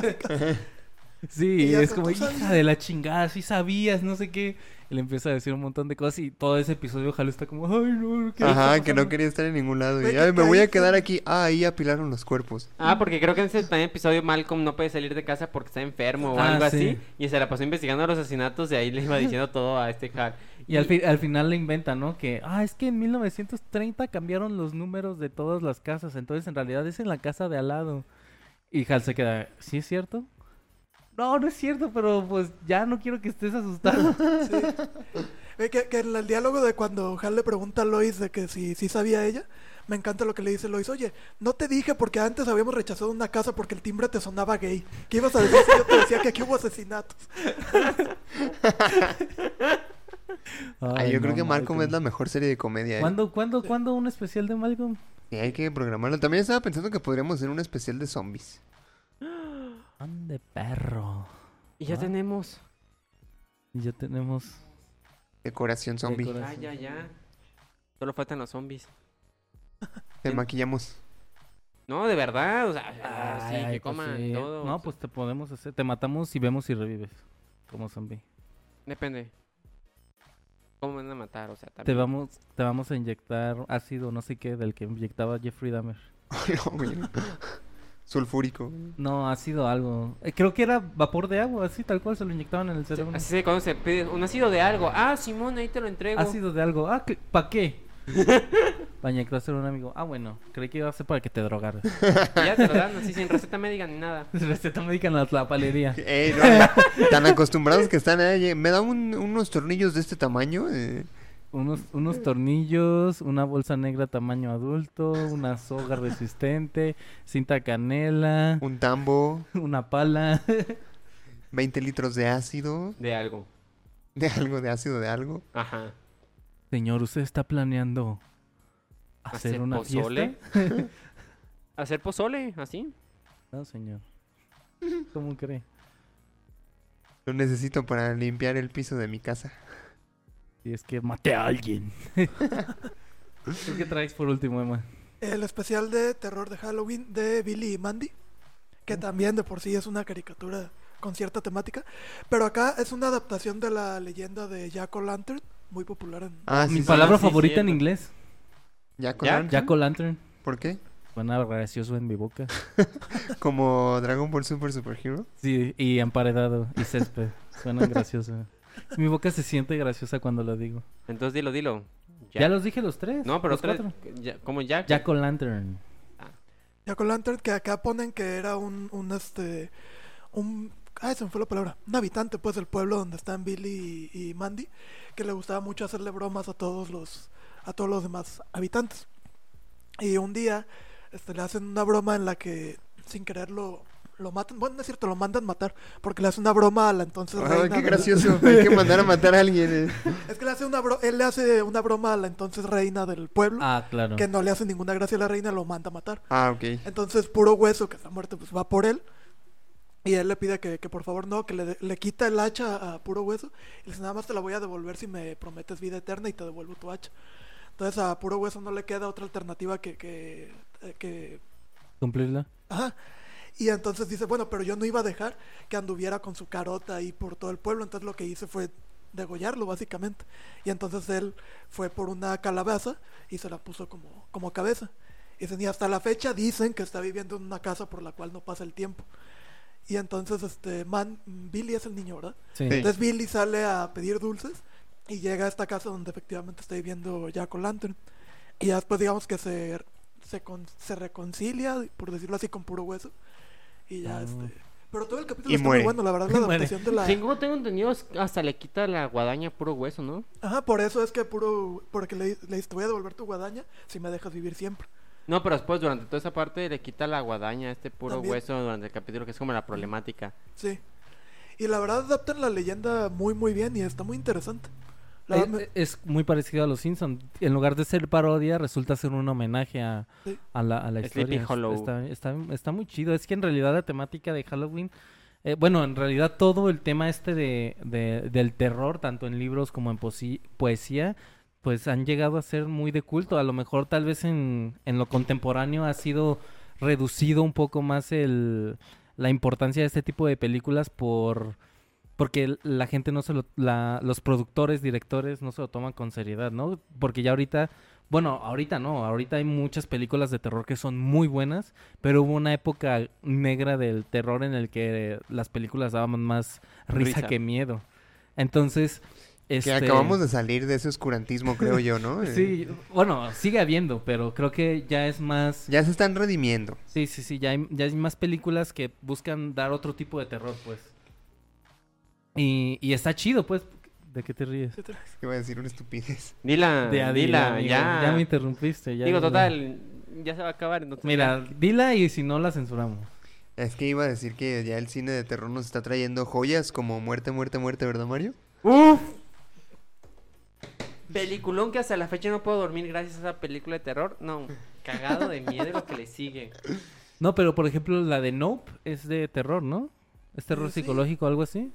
S3: Sí,
S5: Y ya
S3: es
S5: está,
S3: como,
S5: "Tú
S3: hija
S5: sabías".
S3: de la chingada, sí sabías, no sé qué. Y le empieza a decir un montón de cosas y todo ese episodio Hal está como, ay, no, ¿qué
S2: Ajá,
S3: está
S2: que no
S3: pasando?".
S2: quería estar en ningún lado. Y,
S5: Güey,
S2: "Ay,
S5: que
S2: me voy a
S5: ahí fue-
S2: quedar aquí. Ah, ahí apilaron los cuerpos.
S4: Ah, porque creo que en ese también episodio Malcolm no puede salir de casa porque está enfermo o
S3: Ah,
S4: algo
S3: sí.
S4: así. Y se la pasó investigando los asesinatos y ahí le iba diciendo todo a este Hal.
S3: Y al, fi- al final le inventa, ¿no? Que, ah, es que en 1930 cambiaron los números de todas las casas, entonces en realidad es en la casa de al lado. Y Hal se queda, ¿sí es cierto? No, no es cierto, pero pues ya no quiero que estés
S4: [laughs]
S3: asustado.
S5: Eh, Que, que en el diálogo de cuando Hal le pregunta a Lois de que si, si sabía ella, me encanta lo que le dice Lois. Oye, no te dije porque antes habíamos rechazado una casa porque el timbre te sonaba gay. ¿Qué ibas a decir si yo te decía que aquí hubo asesinatos?
S2: Ah, yo creo que Malcolm es
S3: es
S2: la mejor serie de comedia. ¿eh?
S3: ¿Cuándo, cuándo, cuándo un especial de Malcolm?
S2: Y hay que programarlo. También estaba pensando que podríamos hacer un especial de zombies.
S3: Ande perro.
S4: Y ya
S3: Ah.
S4: tenemos.
S3: Y ya tenemos...
S2: Decoración zombie.
S3: Decora-
S4: Ah, ya, ya. Solo faltan los zombies.
S2: Te
S3: [laughs]
S2: maquillamos.
S4: No, de verdad. O sea, ah, sí,
S3: Ay,
S4: que
S3: pues
S4: coman
S3: sí.
S4: todo.
S3: No, pues te podemos hacer, te matamos y vemos si revives como zombie.
S4: Depende. ¿Cómo me van a matar? O sea,
S3: Te
S4: también.
S3: vamos, te vamos a inyectar ácido, no sé qué, del que inyectaba Jeffrey Dahmer.
S2: No,
S3: [laughs]
S2: güey. Sulfúrico.
S3: No, ácido algo. Eh, Creo que era vapor de agua, así tal cual se lo inyectaban en el cerebro.
S4: Así se conoce. Pide un ácido de algo. Ah, Simón, ahí te lo entrego.
S3: ácido de algo. Ah, ¿para qué?
S4: [laughs]
S3: Para inyectarse a un amigo. Ah, bueno, creí que iba a ser para que te drogaras. [laughs]
S4: Y ya te lo dan así sin receta médica ni nada.
S3: Receta médica en la tlapalería.
S2: Ey,
S3: [laughs]
S2: no, tan acostumbrados que están. eh, me da un- unos tornillos de este tamaño. eh,
S3: Unos, unos tornillos, una bolsa negra tamaño adulto, una soga resistente, cinta canela,
S2: un tambo,
S3: una pala. [laughs]
S2: 20 litros de ácido,
S4: De algo.
S2: de algo, de ácido, de algo.
S4: Ajá.
S3: Señor, ¿usted está planeando hacer,
S4: ¿Hacer
S3: una
S4: pozole?
S3: fiesta?
S4: [laughs] Hacer pozole, así.
S3: No,
S4: [laughs]
S3: señor. ¿Cómo cree?
S2: Lo necesito para limpiar el piso de mi casa.
S3: Si es que maté a alguien. [laughs] ¿Tú qué traes por último, Emma?
S5: El especial de terror de Halloween de Billy y Mandy, que también de por sí es una caricatura con cierta temática, pero acá es una adaptación de la leyenda de Jack O'Lantern, muy popular en...
S2: Ah,
S3: Oh, Mi
S2: sí, sí,
S3: palabra
S4: sí,
S3: favorita en
S4: cierto.
S3: inglés.
S2: ya con
S4: Ya,
S2: Lantern.
S3: Jack o Lantern.
S2: ¿Por qué?
S3: Suena gracioso en mi boca.
S2: Como Dragon Ball Super Superhero.
S3: Sí, y emparedado y césped. Suena gracioso. Mi boca se siente graciosa cuando lo digo.
S4: Entonces dilo, dilo.
S3: Ya, los dije los tres.
S4: No, pero
S3: los
S4: tres.
S3: Pues cuatro.
S4: ya- como Jack.
S3: Jack o Lantern.
S5: Jack O'Lantern, que acá ponen que era un, un este, un, ah, se me fue la palabra, un habitante, pues, del pueblo donde están Billy y, y Mandy, que le gustaba mucho hacerle bromas a todos los, a todos los demás habitantes. Y un día, este, le hacen una broma en la que, sin querer, lo, lo matan, bueno, no es cierto, lo mandan matar, porque le hace una broma a la entonces
S2: Ay, qué
S5: reina. de la-
S2: gracioso. Hay que mandar a matar a alguien. eh.
S5: [laughs] Es que le hace una bro- él le hace una broma a la entonces reina del pueblo,
S3: Ah, claro.
S5: que no le hace ninguna gracia a la reina, lo manda a matar.
S2: Ah, ok.
S5: Entonces, puro hueso que está muerto, pues va por él. Y él le pide que, que por favor no, que le, de- le quita el hacha a puro hueso. Y le dice, nada más te la voy a devolver si me prometes vida eterna y te devuelvo tu hacha. Entonces a puro hueso no le queda otra alternativa que... que, eh, que-
S3: Cumplirla.
S5: ajá. Y entonces dice, bueno, pero yo no iba a dejar que anduviera con su carota ahí por todo el pueblo. Entonces lo que hice fue degollarlo, básicamente. Y entonces él fue por una calabaza y se la puso como, como cabeza. Y dicen, y hasta la fecha dicen que está viviendo en una casa por la cual no pasa el tiempo. Y entonces, este, man, Billy es el niño, ¿verdad?
S3: Sí.
S2: Sí.
S5: Entonces Billy sale a pedir dulces y llega a esta casa donde efectivamente está viviendo Jack O'Lantern. Y ya después, digamos que se, se, con- se reconcilia, por decirlo así, con puro hueso. Y ya,
S3: Ah.
S5: este. Pero todo el capítulo
S2: Y
S5: está
S2: muere.
S5: muy bueno, la verdad, la
S3: Muere.
S5: adaptación de la.
S4: Tengo, tengo entendido, es- hasta le quita la guadaña puro hueso, ¿no?
S5: Ajá, por eso es que puro. Porque le, le dice, te voy a devolver tu guadaña si me dejas vivir siempre.
S4: No, pero después durante toda esa parte le quita la guadaña a este puro
S5: También.
S4: hueso durante el capítulo, que es como la problemática.
S5: Sí. Y la verdad adaptan la leyenda muy muy bien y está muy interesante. La
S3: Es,
S5: verdad me-
S3: Eh, es muy parecido a los Simpsons. En lugar de ser parodia, resulta ser un homenaje a,
S5: Sí.
S3: a la, a la historia.
S4: Sleepy
S3: Es-
S4: Hollow.
S3: Está, está, está muy chido. Es que en realidad la temática de Halloween... eh, bueno, en realidad todo el tema este de, de- del terror, tanto en libros como en posi- poesía, pues han llegado a ser muy de culto. A lo mejor tal vez en, en lo contemporáneo ha sido reducido un poco más el, la importancia de este tipo de películas por porque l- la gente no se lo la- los productores directores no se lo toman con seriedad no porque ya ahorita bueno ahorita no ahorita hay muchas películas de terror que son muy buenas pero hubo una época negra del terror en el que las películas daban más risa,
S4: Risa.
S3: que miedo entonces este...
S2: Que acabamos de salir de ese oscurantismo, creo yo,
S3: [laughs]
S2: ¿no? Eh,
S3: sí bueno sigue habiendo pero creo que ya es más
S2: Ya se están redimiendo.
S3: Sí, sí, sí, ya hay, ya hay más películas que buscan dar otro tipo de terror, pues. Y, y está chido, pues. ¿De qué te ríes?
S5: ¿Qué traes?
S2: Iba a decir una estupidez.
S4: Dila,
S3: De-
S4: Ah, dila,
S3: amigo,
S4: ya.
S3: Ya me interrumpiste. ya-
S4: Digo,
S3: ya-
S4: total, ya se va a acabar. entonces
S3: Mira, dila y si no la censuramos.
S2: Es que iba a decir que ya el cine de terror nos está trayendo joyas como Muerte, Muerte, Muerte, ¿verdad, Mario?
S4: ¡Uf! Peliculón que hasta la fecha no puedo dormir gracias a esa película de terror. No, cagado de miedo lo que le sigue.
S3: No, pero por ejemplo, la de Nope es de terror, ¿no? ¿Es terror
S5: Sí.
S3: psicológico o algo así?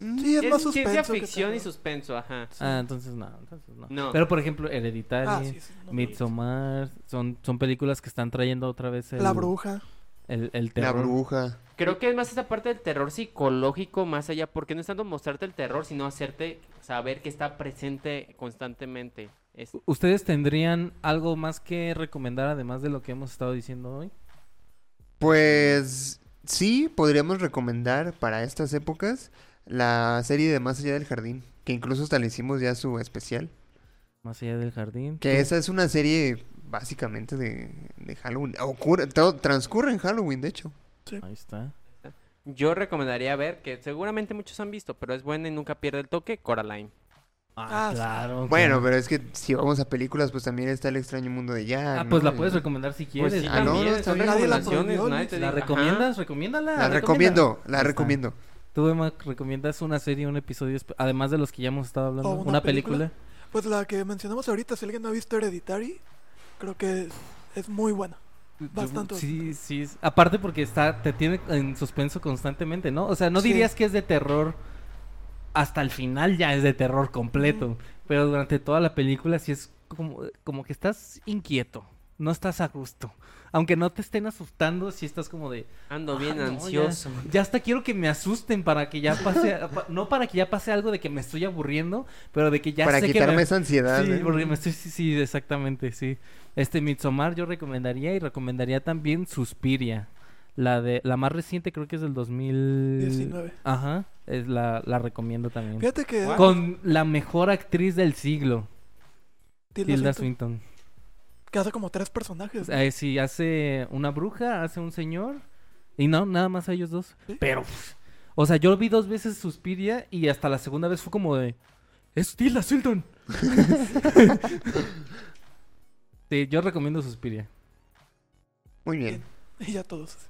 S5: Sí, [laughs] es,
S4: Es
S5: más suspenso.
S4: ciencia
S5: que
S4: ficción y
S5: terror.
S4: suspenso, ajá.
S3: Ah, entonces no, entonces no.
S4: No.
S3: Pero por ejemplo, Hereditary,
S5: Ah, sí, sí, no, no, no.
S3: Midsommar, son, son películas que están trayendo otra vez el,
S5: La bruja.
S3: el, el
S2: La
S3: terror.
S2: bruja.
S4: Creo que es más esa parte del terror psicológico, más allá, porque no es tanto mostrarte el terror, sino hacerte saber que está presente constantemente. Es-
S3: ¿Ustedes tendrían algo más que recomendar además de lo que hemos estado diciendo hoy?
S2: Pues sí, podríamos recomendar para estas épocas la serie de Más allá del jardín, que incluso hasta le hicimos ya su especial.
S3: Más allá del jardín.
S2: Que esa es una serie básicamente de, de Halloween. Ocurre, todo, transcurre en Halloween, de hecho.
S3: Ahí está.
S4: Yo recomendaría ver, que seguramente muchos han visto, pero es buena y nunca pierde el toque, Coraline.
S5: Ah, Ah, sí.
S3: claro.
S2: Bueno, pero es que si vamos a películas, pues también está el extraño mundo de Jack.
S3: Ah,
S2: ¿no?
S3: pues la
S2: Y-
S3: puedes recomendar si quieres.
S4: Pues sí,
S2: Ah, no, no,
S4: también,
S2: está
S4: son
S2: bien.
S5: Nadie la
S4: recomendaciones,
S5: prohibió,
S4: nadie
S5: ni-
S4: te
S3: ¿La
S4: dice, ajá.
S3: recomiendas? Ah, Recomiéndala.
S2: La
S3: recomiéndala.
S2: recomiendo, la
S3: Ahí está.
S2: recomiendo.
S3: Tú, Emma, recomiendas una serie, un episodio, espe- además de los que ya hemos estado hablando.
S4: Oh,
S5: ¿O
S3: una
S5: una
S3: película.
S5: película? Pues la que mencionamos ahorita, si alguien no ha visto Hereditary, creo que es, es muy buena. Bastante,
S3: Sí, sí. es- Aparte porque está, te tiene en suspenso constantemente, ¿no? O sea, no
S5: Sí.
S3: dirías que es de terror. Hasta el final ya es de terror completo. Pero durante toda la película sí es como, como que estás inquieto. No estás a gusto. Aunque no te estén asustando, sí estás como de.
S4: Ando
S3: "Ah,
S4: bien
S3: no, ya-
S4: ansioso.
S3: Ya, hasta quiero que me asusten para que ya pase. [laughs] pa- no para que ya pase algo de que me estoy aburriendo, pero de que ya
S2: Para
S3: sé que
S2: quitarme
S3: me-
S2: esa ansiedad.
S3: Sí,
S2: ¿eh?
S3: porque me estoy- sí, sí, exactamente, sí. Este Midsommar yo recomendaría y recomendaría también Suspiria. La de la más reciente creo que es del 2000
S5: 19.
S3: Ajá, es la, la recomiendo también.
S5: Fíjate que
S4: What?
S3: Con la mejor actriz del siglo,
S5: Tilda
S3: Tilda
S5: Swinton,
S3: Swinton.
S5: que hace como tres personajes.
S3: Eh, sí, hace una bruja, hace un señor y no, nada más a ellos dos.
S5: Sí.
S3: Pero pff, o sea, yo vi dos veces Suspiria y hasta la segunda vez fue como de es Tilda [laughs] Swinton. sí, yo recomiendo Suspiria.
S2: Muy bien.
S5: Y ya todos. así.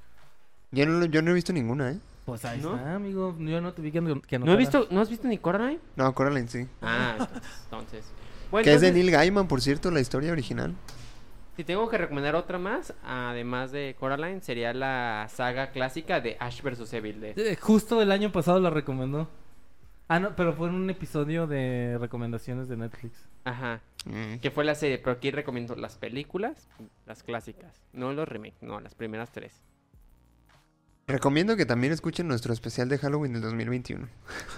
S2: Yo no, lo- yo no he visto ninguna, ¿eh?
S3: Pues ahí
S4: ¿No?
S3: está, amigo. Yo no te vi que, no
S4: ¿No, he visto, ¿No has visto ni Coraline?
S2: No, Coraline sí.
S4: Ah, entonces-
S2: [laughs]
S4: entonces.
S3: Pues
S4: Bueno,
S2: que es de
S4: entonces,
S2: Neil Gaiman, por cierto, la historia original.
S4: si tengo que recomendar otra más, además de Coraline, sería la saga clásica de Ash vs. Evil Dead.
S3: eh, justo el año pasado la recomendó. Ah, no, pero fue en un episodio de recomendaciones de Netflix.
S4: Ajá.
S2: Mm.
S4: Que fue la serie, pero aquí recomiendo las películas, las clásicas. No los remakes, no, las primeras tres.
S2: Recomiendo que también escuchen nuestro especial de Halloween del 2021.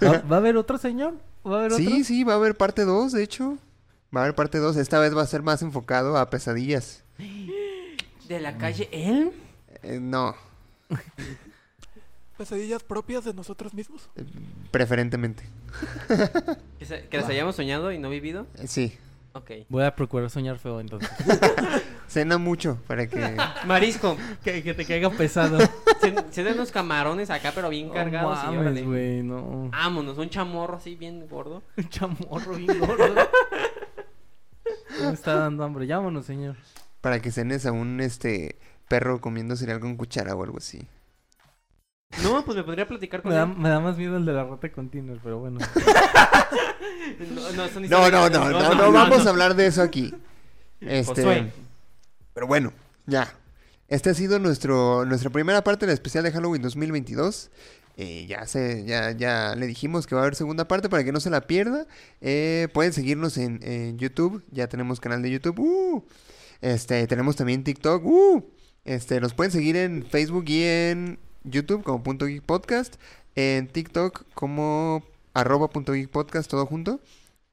S3: ¿Va, va a haber otro señor? ¿Va a haber otro?
S2: Sí, sí, va a haber parte 2, de hecho. Va a haber parte 2. Esta vez va a ser más enfocado a pesadillas.
S4: ¿De la calle Elm?
S2: Eh, no,
S5: Pesadillas propias de nosotros mismos.
S2: eh, preferentemente.
S4: Que, se- que las hayamos soñado y no vivido.
S2: Eh, Sí.
S4: Ok.
S3: Voy a procurar soñar feo entonces.
S2: Cena mucho para que...
S4: Marisco,
S3: [laughs] que, que te caiga pesado. [laughs]
S4: se, se den unos camarones acá, pero bien cargados.
S3: No
S4: y
S3: mames,
S4: órale. Ah,
S3: güey, no. [laughs]
S4: Vámonos, un chamorro así bien gordo.
S3: Un chamorro
S4: [laughs]
S3: bien gordo. Me está dando hambre. Llámanos, señor.
S2: Para que cenes a un este perro comiendo cereal con cuchara o algo así.
S4: No, pues me pondría a platicar con
S3: Me da,
S4: él.
S3: me da más miedo el de la rata con Tinder, pero bueno.
S4: No, no, son
S2: No,
S4: historias-
S2: no, no, no, no vamos a hablar de eso aquí. Este,
S4: Josué.
S2: pero bueno, ya. Este ha sido nuestro, nuestra primera parte del especial de Halloween 2022. Eh, ya, se, ya, ya le dijimos que va a haber segunda parte para que no se la pierda. Eh, pueden seguirnos en, en YouTube. Ya tenemos canal de YouTube. ¡Uh! Este, tenemos también TikTok. ¡Uh! Este, nos pueden seguir en Facebook y en YouTube como Punto Geek Podcast. En TikTok como arroba Punto Geek Podcast, todo junto.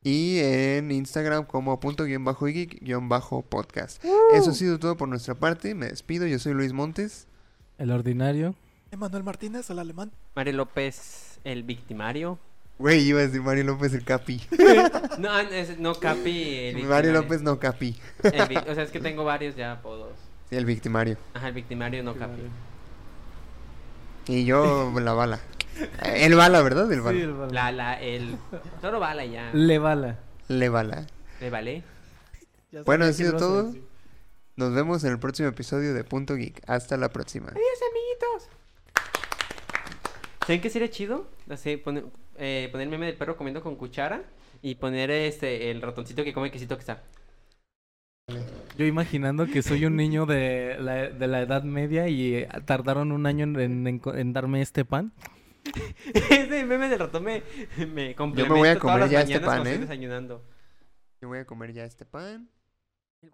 S2: Y en Instagram como punto guión bajo y geek guión bajo podcast. Eso ha sido todo por nuestra parte. Me despido. Yo soy Luis Montes.
S3: El ordinario.
S5: Emanuel Martínez, el alemán.
S4: Mario López, el victimario.
S2: Güey, iba a decir Mario López el Capi.
S4: No, ah, es- no Capi. El
S2: [laughs] Mario
S4: victimario.
S2: López no Capi.
S4: El vic- o sea, es que tengo varios ya apodos.
S2: El victimario.
S4: Ajá, el victimario no Capi.
S2: Y yo la bala. El bala, ¿verdad? El
S3: Sí,
S2: bala.
S3: el bala.
S4: La, la, el. Solo bala ya.
S3: Le bala.
S2: Le bala.
S4: ¿Le vale?
S2: Bueno, ha sido todo. Nos vemos en el próximo episodio de Punto Geek. Hasta la próxima.
S4: Adiós, amiguitos. ¿Saben qué sería chido? Así, pone- eh, poner el meme del perro comiendo con cuchara y poner este el ratoncito que come quesito que está. [laughs]
S3: Yo imaginando que soy un niño de la, de la edad media y eh, tardaron un año en, en- en co- en darme este pan.
S4: Ese meme del ratón me, me complementa
S2: Yo me voy a
S4: todas
S2: comer
S4: las
S2: ya este
S4: mañanas cuando
S2: pan,
S4: estoy
S2: ¿eh?
S4: desayunando.
S2: Yo voy a comer ya este pan.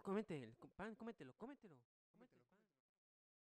S4: Cómete, el pan, cómetelo, cómetelo.